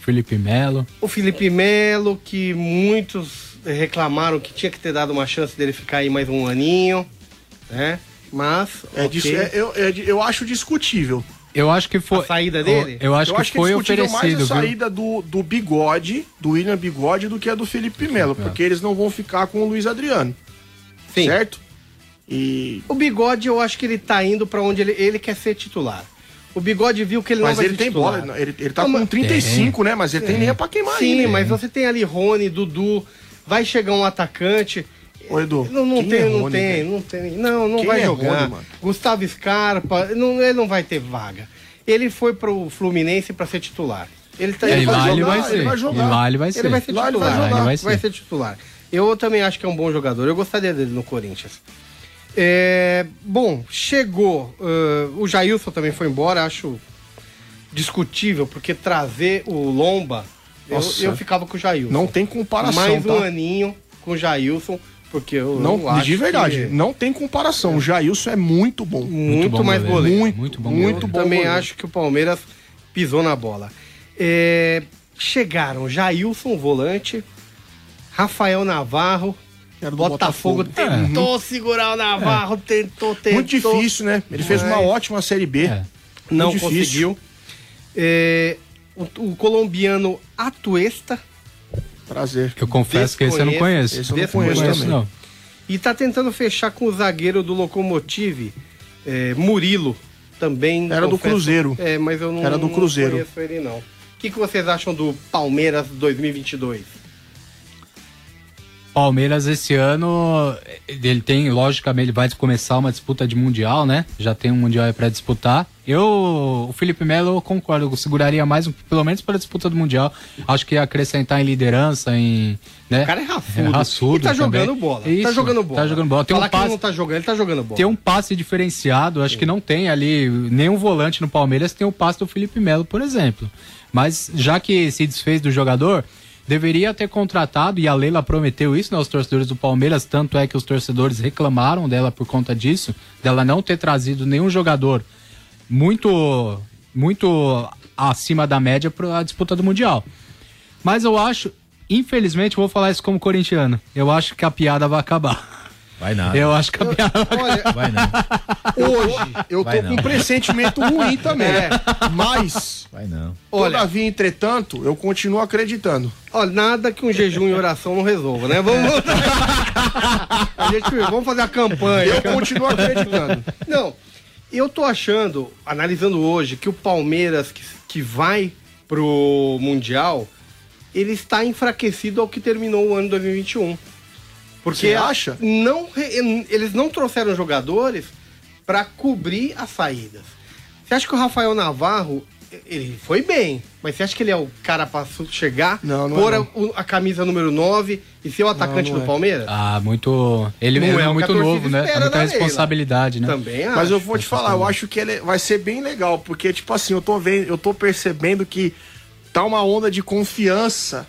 [SPEAKER 4] Felipe Melo.
[SPEAKER 1] o Felipe Melo, que muitos reclamaram que tinha que ter dado uma chance dele ficar aí mais um aninho, né? Mas,
[SPEAKER 3] É
[SPEAKER 1] ok.
[SPEAKER 3] disso, é- eu, é de- eu acho discutível.
[SPEAKER 4] Eu acho que foi.
[SPEAKER 1] A saída dele?
[SPEAKER 4] Eu, eu acho
[SPEAKER 3] eu
[SPEAKER 4] que
[SPEAKER 3] acho que,
[SPEAKER 4] foi
[SPEAKER 3] discutível mais
[SPEAKER 4] oferecido,
[SPEAKER 3] a
[SPEAKER 4] viu?
[SPEAKER 3] saída do, do Bigode, do William Bigode, do que a do Felipe
[SPEAKER 4] É.
[SPEAKER 3] Melo, porque eles não vão ficar com o Luiz Adriano,
[SPEAKER 1] Sim.
[SPEAKER 3] certo? E
[SPEAKER 1] O Bigode, eu acho que ele tá indo pra onde ele, ele quer ser titular. O Bigode viu que ele
[SPEAKER 3] mas
[SPEAKER 1] não vai
[SPEAKER 3] ele
[SPEAKER 1] ser
[SPEAKER 3] tem
[SPEAKER 1] titular.
[SPEAKER 3] bola, ele, ele tá
[SPEAKER 1] Não,
[SPEAKER 3] com
[SPEAKER 1] mas-
[SPEAKER 3] 35, né? Mas ele tem linha pra queimar
[SPEAKER 1] Sim,
[SPEAKER 3] ainda.
[SPEAKER 1] mas você tem ali Rony, Dudu, vai chegar um atacante.
[SPEAKER 3] Ô, Edu,
[SPEAKER 1] Não, não
[SPEAKER 3] quem
[SPEAKER 1] tem,
[SPEAKER 3] é
[SPEAKER 1] não
[SPEAKER 3] Rony,
[SPEAKER 1] tem,
[SPEAKER 3] velho?
[SPEAKER 1] não tem. Não, não
[SPEAKER 3] Quem
[SPEAKER 1] vai
[SPEAKER 3] é
[SPEAKER 1] jogar.
[SPEAKER 3] Rony, mano?
[SPEAKER 1] Gustavo Scarpa, não, ele não vai ter vaga. Ele foi pro Fluminense pra ser titular. Ele, tá,
[SPEAKER 4] É, E
[SPEAKER 3] Ele vai
[SPEAKER 4] lá ele
[SPEAKER 3] jogar,
[SPEAKER 4] vai
[SPEAKER 3] ele
[SPEAKER 4] ser.
[SPEAKER 3] vai
[SPEAKER 4] E
[SPEAKER 3] jogar.
[SPEAKER 4] lá ele vai ser.
[SPEAKER 1] ele vai ser
[SPEAKER 3] Lá ele vai
[SPEAKER 1] titular.
[SPEAKER 3] jogar.
[SPEAKER 4] Vai
[SPEAKER 1] Vai
[SPEAKER 4] ser.
[SPEAKER 1] ser. titular. Eu também acho que é um bom jogador. Eu gostaria dele no Corinthians. É, bom, chegou. ãh, o Jailson também foi embora, acho discutível, porque trazer o Lomba, eu,
[SPEAKER 3] Nossa.
[SPEAKER 1] eu ficava com o Jailson.
[SPEAKER 3] Não tem comparação,
[SPEAKER 1] Mais um
[SPEAKER 3] tá?
[SPEAKER 1] aninho com o Jailson Porque eu
[SPEAKER 3] Não,
[SPEAKER 1] não acho
[SPEAKER 3] de verdade,
[SPEAKER 1] que-
[SPEAKER 3] não tem comparação. O Jailson é muito bom.
[SPEAKER 1] Muito,
[SPEAKER 4] bom
[SPEAKER 1] mais
[SPEAKER 4] goleiro,
[SPEAKER 1] goleiro.
[SPEAKER 4] muito, muito bom goleiro.
[SPEAKER 1] Eu também
[SPEAKER 3] goleiro.
[SPEAKER 1] acho que o Palmeiras pisou na bola. É, chegaram Jailson volante, Rafael Navarro.
[SPEAKER 3] Era do
[SPEAKER 1] Botafogo,
[SPEAKER 3] Botafogo.
[SPEAKER 4] É.
[SPEAKER 1] tentou segurar o Navarro, tentou, tentou.
[SPEAKER 3] Muito difícil, né? Ele fez uma
[SPEAKER 1] Mas-
[SPEAKER 3] ótima Série B.
[SPEAKER 4] É.
[SPEAKER 1] Não
[SPEAKER 3] Muito difícil.
[SPEAKER 1] conseguiu. É, o, o colombiano Atuesta.
[SPEAKER 3] Prazer.
[SPEAKER 4] Eu confesso que esse eu não
[SPEAKER 1] Desconheço.
[SPEAKER 4] conheço.
[SPEAKER 3] Esse eu não
[SPEAKER 1] Desconheço
[SPEAKER 3] conheço também.
[SPEAKER 4] não.
[SPEAKER 1] E tá tentando fechar com o zagueiro do Locomotive, é, Murilo, também.
[SPEAKER 3] Era do Cruzeiro.
[SPEAKER 1] É, mas eu não,
[SPEAKER 3] Era do
[SPEAKER 1] não
[SPEAKER 3] Cruzeiro.
[SPEAKER 1] conheço ele, não. O que, que vocês acham do Palmeiras 2022?
[SPEAKER 4] Palmeiras esse ano, ele tem, logicamente, ele vai começar uma disputa de Mundial, né? Já tem um Mundial aí pra disputar. Eu, o Felipe Melo, eu concordo, eu seguraria mais, um- pelo menos pela disputa do Mundial. Acho que ia acrescentar em liderança, em. Né?
[SPEAKER 1] O cara é rafudo.
[SPEAKER 4] É raçudo
[SPEAKER 1] e tá jogando
[SPEAKER 4] também.
[SPEAKER 1] bola. Tá
[SPEAKER 4] Isso,
[SPEAKER 1] jogando bola.
[SPEAKER 4] Tá jogando bola. Tem
[SPEAKER 1] Falar
[SPEAKER 4] um
[SPEAKER 1] que ele
[SPEAKER 4] passe,
[SPEAKER 1] não tá jogando, ele tá jogando bola.
[SPEAKER 4] tem um passe diferenciado, acho que não tem ali nenhum volante no Palmeiras que tem o passe do Felipe Melo, por exemplo. Mas já que se desfez do jogador, deveria ter contratado, e a Leila prometeu isso né, aos torcedores do Palmeiras, tanto é que os torcedores reclamaram dela por conta disso, dela não ter trazido nenhum jogador muito, muito acima da média para a disputa do Mundial. Mas eu acho, infelizmente, vou falar isso como corintiano, eu acho que a piada vai acabar.
[SPEAKER 2] Vai nada.
[SPEAKER 4] Eu acho que a piada vai
[SPEAKER 1] Olha,
[SPEAKER 2] Vai não.
[SPEAKER 3] Hoje, eu tô
[SPEAKER 2] Vai
[SPEAKER 3] com
[SPEAKER 2] não.
[SPEAKER 3] um pressentimento ruim também.
[SPEAKER 1] É.
[SPEAKER 3] Mas,
[SPEAKER 2] Vai não.
[SPEAKER 1] olha,
[SPEAKER 3] todavia, entretanto, eu continuo acreditando.
[SPEAKER 1] olha, nada que um jejum e oração não resolva, né? Vamos A gente, vamos fazer a campanha.
[SPEAKER 3] Eu continuo acreditando.
[SPEAKER 1] Não, eu tô achando, analisando hoje, que o Palmeiras que, que vai pro Mundial, ele está enfraquecido ao que terminou o ano 2021. Porque
[SPEAKER 3] Você acha?
[SPEAKER 1] é Não, re- eles não trouxeram jogadores para cobrir as saídas. Você acha que o Rafael Navarro, ele foi bem, mas você acha que ele é o cara para chegar,
[SPEAKER 3] Não, não é
[SPEAKER 1] pôr a,
[SPEAKER 3] não.
[SPEAKER 1] o- a camisa número 9 e ser o atacante
[SPEAKER 3] não
[SPEAKER 1] do
[SPEAKER 3] é.
[SPEAKER 1] Palmeiras?
[SPEAKER 4] Ah, muito. Ele,
[SPEAKER 1] Não
[SPEAKER 4] ele
[SPEAKER 1] é o
[SPEAKER 4] é,
[SPEAKER 1] que
[SPEAKER 4] muito
[SPEAKER 1] a torcida
[SPEAKER 4] novo, né? É
[SPEAKER 1] espera
[SPEAKER 4] muita
[SPEAKER 1] da
[SPEAKER 4] responsabilidade, né?
[SPEAKER 1] Também acho.
[SPEAKER 3] Mas eu vou te falar, eu acho que ele vai ser bem legal, porque, tipo assim, eu tô vendo, eu tô percebendo que tá uma onda de confiança.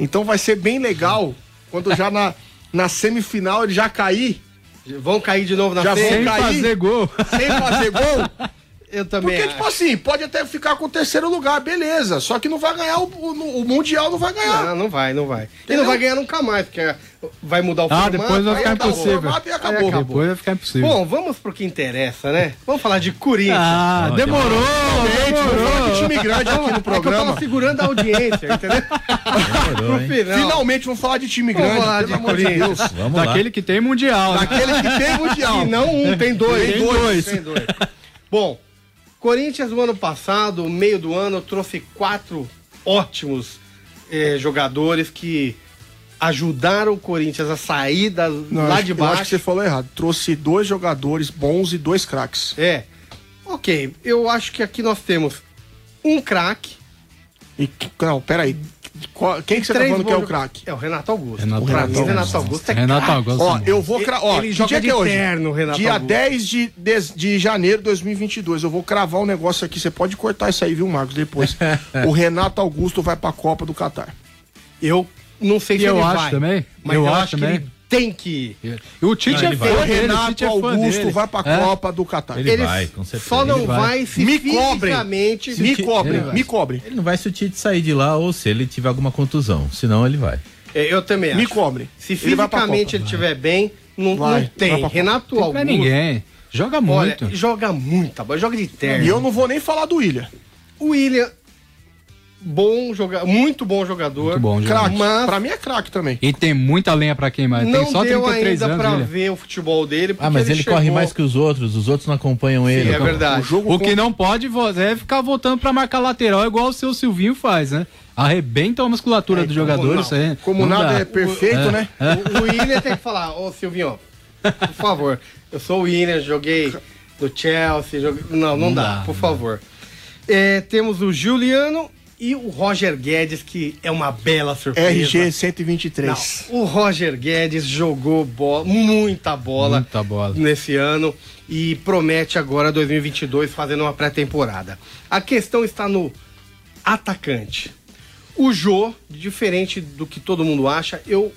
[SPEAKER 3] Então vai ser bem legal quando já na, na semifinal ele já cair,
[SPEAKER 1] Vão cair de novo na
[SPEAKER 3] Já
[SPEAKER 1] frente.
[SPEAKER 4] Sem
[SPEAKER 3] Cair.
[SPEAKER 4] fazer gol.
[SPEAKER 3] sem fazer gol.
[SPEAKER 1] Eu também
[SPEAKER 3] Porque,
[SPEAKER 1] acho.
[SPEAKER 3] tipo assim, pode até ficar com o terceiro lugar, beleza. Só que não vai ganhar o, o- o Mundial, não vai ganhar.
[SPEAKER 1] Não, não vai, não vai. E
[SPEAKER 3] Entendeu?
[SPEAKER 1] não vai ganhar nunca mais, porque vai mudar o
[SPEAKER 4] Ah,
[SPEAKER 1] formato,
[SPEAKER 4] depois vai
[SPEAKER 1] aí
[SPEAKER 4] ficar
[SPEAKER 1] acabou.
[SPEAKER 4] impossível.
[SPEAKER 3] formato e acabou.
[SPEAKER 1] Aí
[SPEAKER 4] Depois vai ficar impossível.
[SPEAKER 1] Bom, vamos pro que interessa, né? Vamos falar de Corinthians.
[SPEAKER 4] ah,
[SPEAKER 2] Não,
[SPEAKER 4] demorou, demorou.
[SPEAKER 3] Que time grande aqui
[SPEAKER 1] é
[SPEAKER 3] no
[SPEAKER 1] que eu tava
[SPEAKER 3] programa.
[SPEAKER 1] segurando a audiência, entendeu?
[SPEAKER 2] Demorou,
[SPEAKER 1] Pro
[SPEAKER 2] hein?
[SPEAKER 1] final.
[SPEAKER 3] Finalmente vamos falar de time
[SPEAKER 1] Vamos
[SPEAKER 3] grande,
[SPEAKER 1] falar
[SPEAKER 3] pelo
[SPEAKER 1] de
[SPEAKER 3] amor de Deus.
[SPEAKER 2] Vamos lá.
[SPEAKER 4] Daquele que tem mundial. né?
[SPEAKER 3] Aquele que tem Mundial.
[SPEAKER 1] E não um, tem dois.
[SPEAKER 4] Tem dois.
[SPEAKER 1] Tem dois. Bom, Corinthians no ano passado, meio do ano, trouxe quatro ótimos eh, jogadores que ajudaram o Corinthians a sair da-
[SPEAKER 3] Não,
[SPEAKER 1] lá
[SPEAKER 3] acho-
[SPEAKER 1] de
[SPEAKER 3] Eu
[SPEAKER 1] baixo.
[SPEAKER 3] acho que você falou errado. Trouxe dois jogadores bons e dois craques.
[SPEAKER 1] É. Ok, eu acho que aqui nós temos um craque.
[SPEAKER 3] E que- não, peraí. Qual- Quem que você tá
[SPEAKER 1] três
[SPEAKER 3] falando que é o
[SPEAKER 1] bons-
[SPEAKER 3] craque?
[SPEAKER 1] É o Renato Augusto.
[SPEAKER 4] Renato
[SPEAKER 1] O Pra mim,
[SPEAKER 3] Augusto.
[SPEAKER 1] Renato Augusto é
[SPEAKER 4] Renato
[SPEAKER 1] craque.
[SPEAKER 4] Augusto.
[SPEAKER 3] Ó, eu vou cravar. Ó,
[SPEAKER 1] Ele
[SPEAKER 3] que
[SPEAKER 1] joga
[SPEAKER 3] dia
[SPEAKER 1] de
[SPEAKER 3] que é hoje?
[SPEAKER 1] terno, Renato
[SPEAKER 3] dia
[SPEAKER 1] Augusto.
[SPEAKER 3] 10 de, de, de janeiro de 2022. Eu vou cravar um negócio aqui. Você pode cortar isso aí, viu, Marcos? Depois. o Renato Augusto vai pra Copa do Catar.
[SPEAKER 1] Eu não sei
[SPEAKER 4] E
[SPEAKER 1] se
[SPEAKER 4] eu
[SPEAKER 1] ele
[SPEAKER 4] acho
[SPEAKER 1] vai.
[SPEAKER 4] também.
[SPEAKER 1] Mas eu,
[SPEAKER 4] Eu acho
[SPEAKER 1] acho, que
[SPEAKER 4] também.
[SPEAKER 1] ele tem que ir.
[SPEAKER 4] E o Tite
[SPEAKER 2] Não,
[SPEAKER 4] é
[SPEAKER 2] ele vai.
[SPEAKER 4] fã
[SPEAKER 3] o
[SPEAKER 4] dele, o
[SPEAKER 3] Renato
[SPEAKER 4] Tite é fã
[SPEAKER 3] Augusto
[SPEAKER 4] dele.
[SPEAKER 3] vai pra
[SPEAKER 4] É.
[SPEAKER 3] Copa do Catar.
[SPEAKER 2] Ele vai, com certeza.
[SPEAKER 1] Só não
[SPEAKER 4] Ele
[SPEAKER 1] vai.
[SPEAKER 4] vai.
[SPEAKER 1] se
[SPEAKER 3] Me cobrem.
[SPEAKER 1] fisicamente...
[SPEAKER 3] Me
[SPEAKER 2] Ele
[SPEAKER 3] cobrem,
[SPEAKER 2] vai.
[SPEAKER 3] me cobrem.
[SPEAKER 2] Ele não vai se o Tite sair de lá ou se ele tiver alguma contusão. Senão ele vai.
[SPEAKER 1] É, Eu também
[SPEAKER 3] Me
[SPEAKER 1] acho.
[SPEAKER 3] cobrem.
[SPEAKER 1] Se
[SPEAKER 3] Ele vai pra
[SPEAKER 1] fisicamente
[SPEAKER 3] Copa.
[SPEAKER 1] ele estiver bem, não,
[SPEAKER 3] Vai.
[SPEAKER 1] não tem.
[SPEAKER 3] Vai pra Copa.
[SPEAKER 1] Renato
[SPEAKER 4] Não
[SPEAKER 1] Augusto...
[SPEAKER 4] é ninguém. Joga
[SPEAKER 1] Olha,
[SPEAKER 4] muito.
[SPEAKER 1] joga muita bola. Joga de terno.
[SPEAKER 3] E eu não vou nem falar do William.
[SPEAKER 1] O William, bom jogador, muito bom jogador.
[SPEAKER 4] Muito bom jogador.
[SPEAKER 3] Craque.
[SPEAKER 1] Mas
[SPEAKER 3] Pra mim é craque também.
[SPEAKER 4] E tem muita lenha pra queimar. Ah, Tem
[SPEAKER 1] não
[SPEAKER 4] só
[SPEAKER 1] deu
[SPEAKER 4] 33
[SPEAKER 1] ainda
[SPEAKER 4] anos. é
[SPEAKER 1] pra
[SPEAKER 4] William.
[SPEAKER 1] ver o futebol dele.
[SPEAKER 2] Ah, mas ele, corre
[SPEAKER 1] chegou-
[SPEAKER 2] mais que os outros. Os outros não acompanham ele.
[SPEAKER 1] é verdade.
[SPEAKER 3] O jogo
[SPEAKER 4] O que não pode vo- é ficar voltando pra marcar lateral, igual o seu Silvinho faz, né? Arrebenta a musculatura do
[SPEAKER 1] então,
[SPEAKER 4] jogador,
[SPEAKER 1] não.
[SPEAKER 4] isso aí.
[SPEAKER 3] Como
[SPEAKER 4] não
[SPEAKER 3] nada
[SPEAKER 4] dá.
[SPEAKER 3] é perfeito, né?
[SPEAKER 1] O, o William tem que falar, ô Silvinho, por favor, eu sou o William, joguei no Chelsea, joguei... Não, não, dá,
[SPEAKER 4] dá,
[SPEAKER 1] por favor. É, temos o Juliano e o Roger Guedes, que é uma bela surpresa.
[SPEAKER 3] RG 123.
[SPEAKER 1] Não, o Roger Guedes jogou bola, muita bola,
[SPEAKER 4] Muita Tá bola.
[SPEAKER 1] nesse ano e promete agora 2022 fazendo uma pré-temporada. A questão está no atacante. O Jô, diferente do que todo mundo acha, eu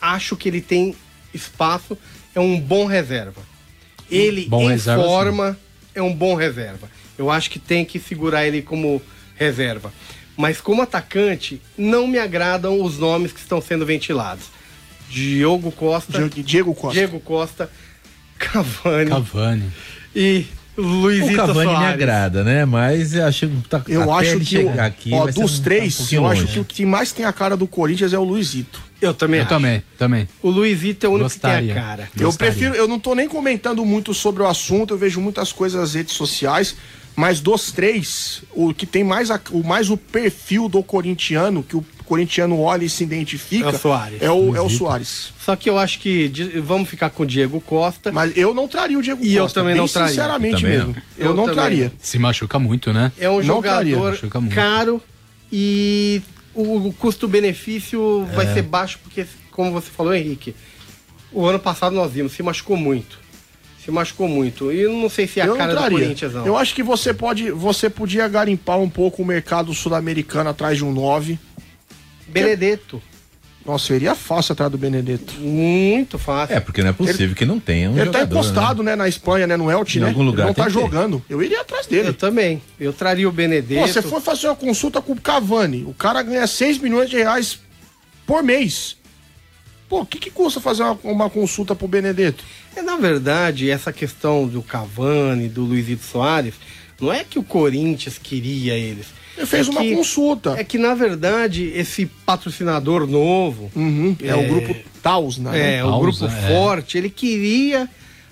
[SPEAKER 1] acho que ele tem espaço, é um bom reserva. Ele
[SPEAKER 4] Bom
[SPEAKER 1] em
[SPEAKER 4] reserva,
[SPEAKER 1] forma é um bom reserva. Eu acho que tem que segurar ele como reserva. Mas como atacante, não me agradam os nomes que estão sendo ventilados. Diogo Costa,
[SPEAKER 3] Diego, Diego Costa.
[SPEAKER 1] Diego Costa, Cavani
[SPEAKER 4] Cavani.
[SPEAKER 1] e
[SPEAKER 2] O
[SPEAKER 1] Luizito
[SPEAKER 2] Cavani
[SPEAKER 3] é
[SPEAKER 2] me
[SPEAKER 1] Soares.
[SPEAKER 2] agrada, né? Mas eu acho que tá,
[SPEAKER 3] Eu
[SPEAKER 2] até
[SPEAKER 3] acho
[SPEAKER 2] ele
[SPEAKER 3] que o-
[SPEAKER 2] chegar aqui
[SPEAKER 3] ó,
[SPEAKER 2] vai ser um-
[SPEAKER 3] dos
[SPEAKER 2] tá um
[SPEAKER 3] três,
[SPEAKER 2] pouquinho
[SPEAKER 3] eu acho
[SPEAKER 2] longe.
[SPEAKER 3] que o que mais tem a cara do Corinthians é o Luizito.
[SPEAKER 1] Eu também
[SPEAKER 4] Eu
[SPEAKER 1] acho.
[SPEAKER 4] também, também.
[SPEAKER 1] O Luizito é o único que
[SPEAKER 4] Gostaria.
[SPEAKER 1] tem a cara.
[SPEAKER 3] Eu
[SPEAKER 4] Gostaria.
[SPEAKER 3] prefiro, eu não tô nem comentando muito sobre o assunto, eu vejo muitas coisas nas redes sociais, mas dos três, o que tem mais, a- o, mais o perfil do corintiano, que o corintiano olha e se
[SPEAKER 1] É
[SPEAKER 3] identifica,
[SPEAKER 1] o Soares.
[SPEAKER 3] É o, é o Soares.
[SPEAKER 1] Só que eu acho que de- vamos ficar com o Diego Costa.
[SPEAKER 3] Mas eu não traria o Diego
[SPEAKER 1] E eu
[SPEAKER 3] Costa,
[SPEAKER 1] também
[SPEAKER 3] bem
[SPEAKER 1] não traria.
[SPEAKER 3] Sinceramente
[SPEAKER 2] Também
[SPEAKER 3] mesmo.
[SPEAKER 2] não.
[SPEAKER 3] Eu,
[SPEAKER 1] Eu
[SPEAKER 3] não
[SPEAKER 1] também
[SPEAKER 3] traria.
[SPEAKER 4] Se machuca muito, né?
[SPEAKER 1] É um
[SPEAKER 3] Não traria,
[SPEAKER 1] jogador
[SPEAKER 4] machuca muito.
[SPEAKER 1] caro e o, o custo-benefício
[SPEAKER 3] É.
[SPEAKER 1] vai ser baixo, porque, como você falou, Henrique, o ano passado nós vimos, se machucou muito. Se machucou muito. E eu não sei se é a
[SPEAKER 3] eu
[SPEAKER 1] cara
[SPEAKER 3] não
[SPEAKER 1] do
[SPEAKER 3] traria.
[SPEAKER 1] Corinthians, não.
[SPEAKER 3] Eu acho que você pode, você podia garimpar um pouco o mercado sul-americano atrás de um 9. é.
[SPEAKER 1] Benedetto,
[SPEAKER 3] Nossa, seria fácil atrás do Benedetto.
[SPEAKER 1] muito fácil.
[SPEAKER 2] É, porque não é possível que não tenha um
[SPEAKER 3] Ele tá
[SPEAKER 2] jogador, né?
[SPEAKER 3] encostado, né? na Espanha, né, no Elche,
[SPEAKER 2] Em
[SPEAKER 3] né?
[SPEAKER 2] algum lugar
[SPEAKER 3] Ele não
[SPEAKER 2] tem
[SPEAKER 3] tá
[SPEAKER 2] que ter.
[SPEAKER 3] jogando. Eu iria atrás dele.
[SPEAKER 1] Eu também. Eu traria o É, Benedetto.
[SPEAKER 3] Pô, você foi fazer uma consulta com o Cavani. O cara ganha 6 milhões de reais por mês. Pô, o que, que custa fazer uma, uma consulta pro Benedetto?
[SPEAKER 1] É, na verdade, essa questão do Cavani, do Luizito Soares, não é que o Corinthians queria eles.
[SPEAKER 3] Ele fez
[SPEAKER 1] É
[SPEAKER 3] uma
[SPEAKER 1] que-
[SPEAKER 3] consulta.
[SPEAKER 1] É que, na verdade, esse patrocinador novo,
[SPEAKER 3] Uhum, É, o grupo Taus, né?
[SPEAKER 1] é, o
[SPEAKER 4] Pausa,
[SPEAKER 1] grupo
[SPEAKER 4] é.
[SPEAKER 1] forte, ele queria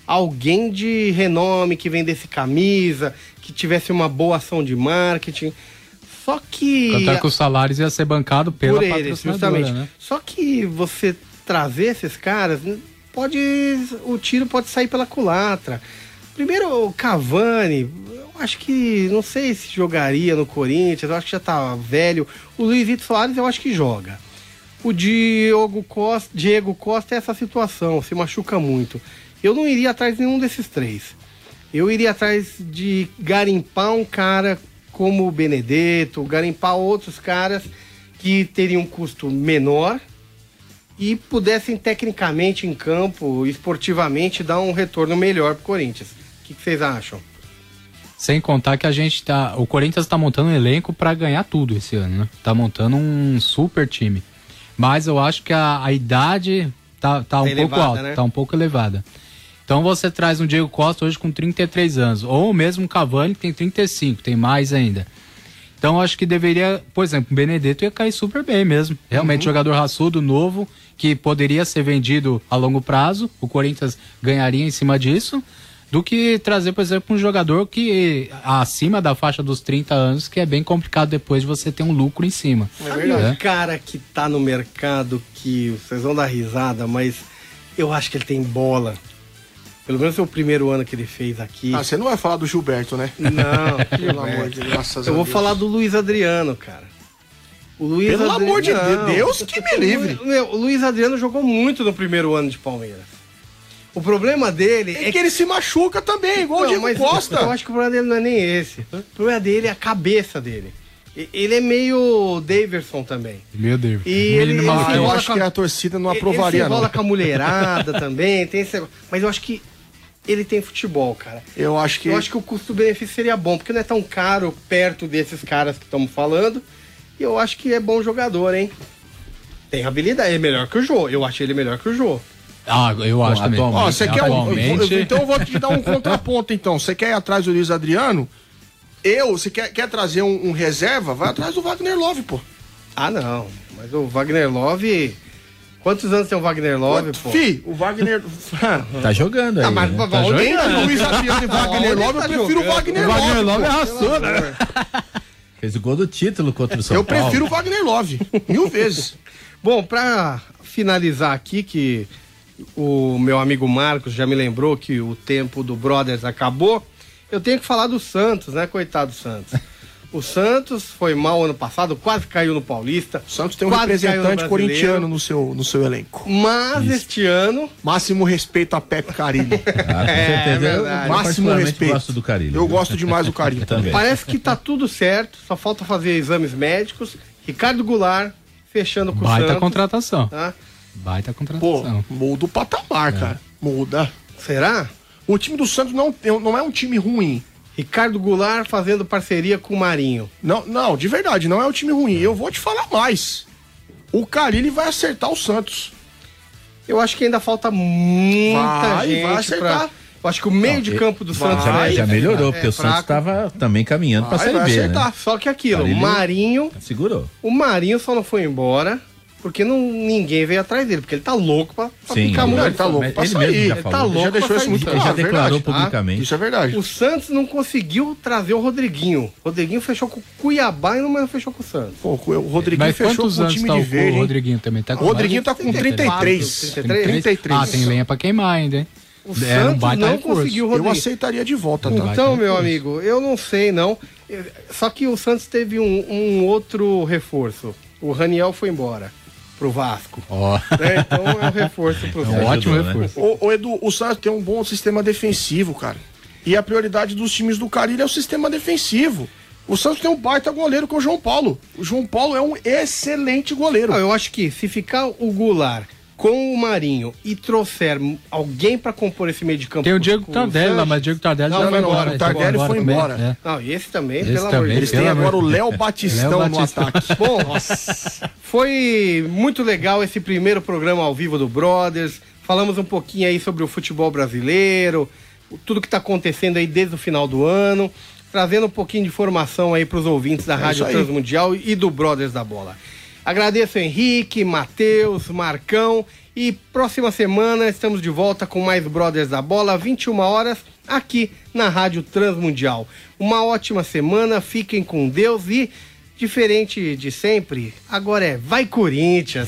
[SPEAKER 1] alguém de renome que vendesse camisa, que tivesse uma boa ação de marketing. Só que.
[SPEAKER 4] Cantar que os salários ia ser bancado pela
[SPEAKER 1] por eles,
[SPEAKER 4] patrocinadora,
[SPEAKER 1] justamente.
[SPEAKER 4] né?
[SPEAKER 1] Só que você trazer esses caras, hum, pode. O tiro pode sair pela culatra. Primeiro, o Cavani, eu acho que. Não sei se jogaria no Corinthians, eu acho que já tá velho. O Luizito Soares eu acho que joga. O Diogo Costa, Diego Costa é essa situação, se machuca muito. Eu não iria atrás de nenhum desses três. Eu iria atrás de garimpar um cara como o Benedetto, garimpar outros caras que teriam um custo menor e pudessem tecnicamente em campo, esportivamente, dar um retorno melhor pro Corinthians. O que, que vocês acham?
[SPEAKER 4] Sem contar que a gente tá. O Corinthians tá montando um elenco pra ganhar tudo esse ano, né? Tá montando um super time. Mas eu acho que a, a idade tá, tá um
[SPEAKER 1] elevada,
[SPEAKER 4] pouco alta,
[SPEAKER 1] né?
[SPEAKER 4] tá um pouco elevada. Então você traz um Diego Costa hoje com 33 anos, ou mesmo um Cavani que tem 35, tem mais ainda. Então eu acho que deveria, por exemplo, o Benedetto ia cair super bem mesmo. Realmente jogador raçudo, novo, que poderia ser vendido a longo prazo, o Corinthians ganharia em cima disso, do que trazer, por exemplo, um jogador que acima da faixa dos 30 anos, que é bem complicado depois de você ter um lucro em cima.
[SPEAKER 1] Sabe um cara que tá no mercado que vocês vão dar risada, mas eu acho que ele tem bola. Pelo menos foi o primeiro ano que ele fez aqui.
[SPEAKER 3] Ah, você não vai falar do Gilberto, né?
[SPEAKER 1] Não,
[SPEAKER 3] Pelo amor de Deus, graças
[SPEAKER 1] Eu
[SPEAKER 3] a
[SPEAKER 1] vou
[SPEAKER 3] Deus.
[SPEAKER 1] falar do Luiz Adriano, cara. O Luiz
[SPEAKER 3] Pelo
[SPEAKER 1] Adri-
[SPEAKER 3] amor de
[SPEAKER 1] Não.
[SPEAKER 3] Deus, que me livre.
[SPEAKER 1] O Lu- meu, o Luiz Adriano jogou muito no primeiro ano de Palmeiras. O problema dele
[SPEAKER 3] É que ele se machuca também, igual o
[SPEAKER 1] não,
[SPEAKER 3] Diego
[SPEAKER 1] mas Eu
[SPEAKER 3] Costa.
[SPEAKER 1] acho que o problema dele não é nem esse. O problema dele é a cabeça dele. E- Ele é meio Daverson também.
[SPEAKER 4] Meu Deus.
[SPEAKER 1] E ele,
[SPEAKER 4] Menino
[SPEAKER 1] ele
[SPEAKER 4] maluco.
[SPEAKER 1] se
[SPEAKER 3] Eu
[SPEAKER 1] enrola
[SPEAKER 3] acho
[SPEAKER 1] com
[SPEAKER 3] que a torcida não
[SPEAKER 1] ele-
[SPEAKER 3] aprovaria,
[SPEAKER 1] Ele se
[SPEAKER 3] não.
[SPEAKER 1] enrola com a mulherada também, tem esse negócio. Mas eu acho que ele tem futebol, cara.
[SPEAKER 3] Eu acho que.
[SPEAKER 1] Eu acho que o custo-benefício seria bom, porque não é tão caro perto desses caras que estamos falando. E eu acho que é bom jogador, hein? Tem habilidade, é melhor que o Jô. Eu achei ele melhor que o Jô.
[SPEAKER 4] Ah, eu acho também.
[SPEAKER 3] Ó, você quer um, eu vou-
[SPEAKER 4] atualmente,
[SPEAKER 3] Então eu vou te dar um contraponto, então. Você quer ir atrás do Luiz Adriano? Eu, você quer, quer trazer um, um reserva? Vai atrás do Wagner Love, pô.
[SPEAKER 1] Ah, não. Mas o Wagner Love. Quantos anos tem o Wagner Love, pô?
[SPEAKER 3] Fi, o Wagner.
[SPEAKER 2] Tá jogando aí.
[SPEAKER 1] Ah, mas
[SPEAKER 2] né?
[SPEAKER 1] pra-
[SPEAKER 4] Tá
[SPEAKER 1] onde-
[SPEAKER 3] Entre o Luiz Adriano e Wagner
[SPEAKER 1] Olha,
[SPEAKER 3] Love, eu
[SPEAKER 1] tá
[SPEAKER 3] prefiro o
[SPEAKER 1] jogando.
[SPEAKER 3] Wagner
[SPEAKER 4] o
[SPEAKER 1] é
[SPEAKER 3] Love.
[SPEAKER 4] Wagner Love arrasou, né?
[SPEAKER 2] Fez o gol do título contra o São
[SPEAKER 3] Eu
[SPEAKER 2] Paulo.
[SPEAKER 3] prefiro o Wagner Love. Mil vezes.
[SPEAKER 1] Bom, pra finalizar aqui, que o meu amigo Marcos já me lembrou que o tempo do Brothers acabou, eu tenho que falar do Santos, né? Coitado do Santos. O Santos foi mal ano passado, quase caiu no Paulista.
[SPEAKER 3] O Santos tem um
[SPEAKER 1] quase
[SPEAKER 3] representante
[SPEAKER 1] caiu no Brasileiro,
[SPEAKER 3] corintiano no seu, no seu elenco.
[SPEAKER 1] Mas este ano,
[SPEAKER 3] Máximo respeito a Pepe Carilho.
[SPEAKER 2] Ah, com
[SPEAKER 1] É,
[SPEAKER 2] certeza.
[SPEAKER 1] verdade.
[SPEAKER 2] eu, eu
[SPEAKER 3] Máximo
[SPEAKER 2] particularmente
[SPEAKER 3] respeito.
[SPEAKER 2] gosto do Carilho.
[SPEAKER 3] Eu gosto demais do Carilho também.
[SPEAKER 2] Também.
[SPEAKER 1] parece que tá tudo certo, só falta fazer exames médicos. Ricardo Goulart fechando com o
[SPEAKER 4] Baita
[SPEAKER 1] Santos.
[SPEAKER 4] contratação.
[SPEAKER 1] tá?
[SPEAKER 4] Baita
[SPEAKER 3] Pô,
[SPEAKER 4] contratação.
[SPEAKER 3] muda o
[SPEAKER 2] É.
[SPEAKER 3] patamar, cara. Muda.
[SPEAKER 1] Será?
[SPEAKER 3] O time do Santos não, não é um time ruim.
[SPEAKER 1] Ricardo Goulart fazendo parceria com o Marinho.
[SPEAKER 3] Não, não, de verdade, não é um time ruim. Eu vou te falar mais. O Carilli vai acertar o Santos.
[SPEAKER 1] Eu acho que ainda falta muita
[SPEAKER 3] Vai,
[SPEAKER 1] gente
[SPEAKER 3] vai acertar.
[SPEAKER 1] pra- Eu acho que o meio
[SPEAKER 2] Não,
[SPEAKER 1] de
[SPEAKER 2] e-
[SPEAKER 1] campo do Santos
[SPEAKER 2] Já,
[SPEAKER 1] também
[SPEAKER 2] já
[SPEAKER 1] é-
[SPEAKER 2] melhorou,
[SPEAKER 1] é
[SPEAKER 2] porque o Santos
[SPEAKER 1] fraco.
[SPEAKER 2] estava também caminhando para
[SPEAKER 3] Vai,
[SPEAKER 2] Série
[SPEAKER 3] vai
[SPEAKER 2] B, né?
[SPEAKER 3] acertar.
[SPEAKER 1] Só que aquilo,
[SPEAKER 2] Carilli-
[SPEAKER 1] Marinho,
[SPEAKER 2] Segurou.
[SPEAKER 1] o Marinho só não foi embora porque não, ninguém veio atrás dele, porque ele tá louco pra, pra
[SPEAKER 2] Sim,
[SPEAKER 1] picar
[SPEAKER 2] ele-
[SPEAKER 1] muito.
[SPEAKER 3] ele tá louco pra
[SPEAKER 2] Ele
[SPEAKER 3] sair,
[SPEAKER 2] mesmo já
[SPEAKER 3] ele
[SPEAKER 1] tá
[SPEAKER 2] falou.
[SPEAKER 1] louco
[SPEAKER 3] Ele já deixou
[SPEAKER 1] pra
[SPEAKER 3] isso
[SPEAKER 1] sair
[SPEAKER 3] muito
[SPEAKER 1] de
[SPEAKER 2] Ele
[SPEAKER 3] claro.
[SPEAKER 2] já
[SPEAKER 1] Ah,
[SPEAKER 2] declarou
[SPEAKER 3] é verdade.
[SPEAKER 2] publicamente.
[SPEAKER 3] Isso é verdade.
[SPEAKER 1] O Santos não conseguiu trazer o Rodriguinho. O Rodriguinho fechou com o Cuiabá e não fechou com o Santos.
[SPEAKER 3] Pô, o Rodriguinho
[SPEAKER 4] Mas
[SPEAKER 3] fechou
[SPEAKER 4] quantos
[SPEAKER 3] com o
[SPEAKER 4] anos
[SPEAKER 3] time
[SPEAKER 4] tá
[SPEAKER 3] de
[SPEAKER 4] o,
[SPEAKER 3] verde.
[SPEAKER 4] o
[SPEAKER 3] hein?
[SPEAKER 4] Rodriguinho também? Tá
[SPEAKER 3] O Rodriguinho tá com 33.
[SPEAKER 1] 33?
[SPEAKER 3] 33.
[SPEAKER 4] Ah, tem lenha pra queimar ainda, hein?
[SPEAKER 2] É,
[SPEAKER 1] O
[SPEAKER 4] Era um
[SPEAKER 1] Santos
[SPEAKER 4] baita
[SPEAKER 1] não
[SPEAKER 4] recurso.
[SPEAKER 1] conseguiu o
[SPEAKER 3] Eu
[SPEAKER 1] Rodriguinho.
[SPEAKER 3] aceitaria de volta,
[SPEAKER 2] um
[SPEAKER 3] tá?
[SPEAKER 4] Vai
[SPEAKER 1] Então,
[SPEAKER 4] ter
[SPEAKER 1] meu
[SPEAKER 4] reforço.
[SPEAKER 1] amigo, eu não sei, não. Eh, Só que o Santos teve um, um outro reforço. O Raniel foi embora pro Vasco.
[SPEAKER 4] Ó,
[SPEAKER 1] né? Então é um reforço pro
[SPEAKER 4] é um
[SPEAKER 1] Santos.
[SPEAKER 4] ótimo
[SPEAKER 2] ajudou, né?
[SPEAKER 4] reforço.
[SPEAKER 3] O, Edu, o Santos tem um bom sistema defensivo, cara. E a prioridade dos times do Carilho é o sistema defensivo. O Santos tem um baita goleiro com o João Paulo. O João Paulo é um excelente goleiro.
[SPEAKER 4] Ah,
[SPEAKER 1] Não, eu acho que se ficar o Goulart com o Marinho e trouxer alguém pra compor esse meio de campo.
[SPEAKER 4] Tem o
[SPEAKER 1] com-
[SPEAKER 4] Diego
[SPEAKER 1] com
[SPEAKER 4] Tardelli lá,
[SPEAKER 1] Sanches-
[SPEAKER 4] mas o Diego Tardelli
[SPEAKER 1] Não,
[SPEAKER 4] já
[SPEAKER 1] não,
[SPEAKER 4] foi
[SPEAKER 1] não,
[SPEAKER 4] embora.
[SPEAKER 1] o
[SPEAKER 4] já
[SPEAKER 3] Tardelli foi
[SPEAKER 4] também,
[SPEAKER 3] embora.
[SPEAKER 4] né?
[SPEAKER 1] Não, e esse também,
[SPEAKER 4] Esse
[SPEAKER 1] pelo amor de
[SPEAKER 4] também.
[SPEAKER 1] Deus.
[SPEAKER 3] Eles têm
[SPEAKER 4] pelo amor
[SPEAKER 3] agora o
[SPEAKER 4] de
[SPEAKER 3] Léo Batistão
[SPEAKER 4] Léo
[SPEAKER 3] no
[SPEAKER 4] Batistão.
[SPEAKER 3] ataque.
[SPEAKER 1] Bom, foi muito legal esse primeiro programa ao vivo do Brothers. Falamos um pouquinho aí sobre o futebol brasileiro, o- tudo que está acontecendo aí desde o final do ano, trazendo um pouquinho de informação aí para os ouvintes
[SPEAKER 4] É.
[SPEAKER 1] da Rádio
[SPEAKER 3] isso aí.
[SPEAKER 1] Transmundial e do Brothers da Bola. Agradeço Henrique, Matheus, Marcão e próxima semana estamos de volta com mais Brothers da Bola, 21 horas, aqui na Rádio Transmundial. Uma ótima semana, fiquem com Deus e Diferente de sempre, agora é Vai Corinthians.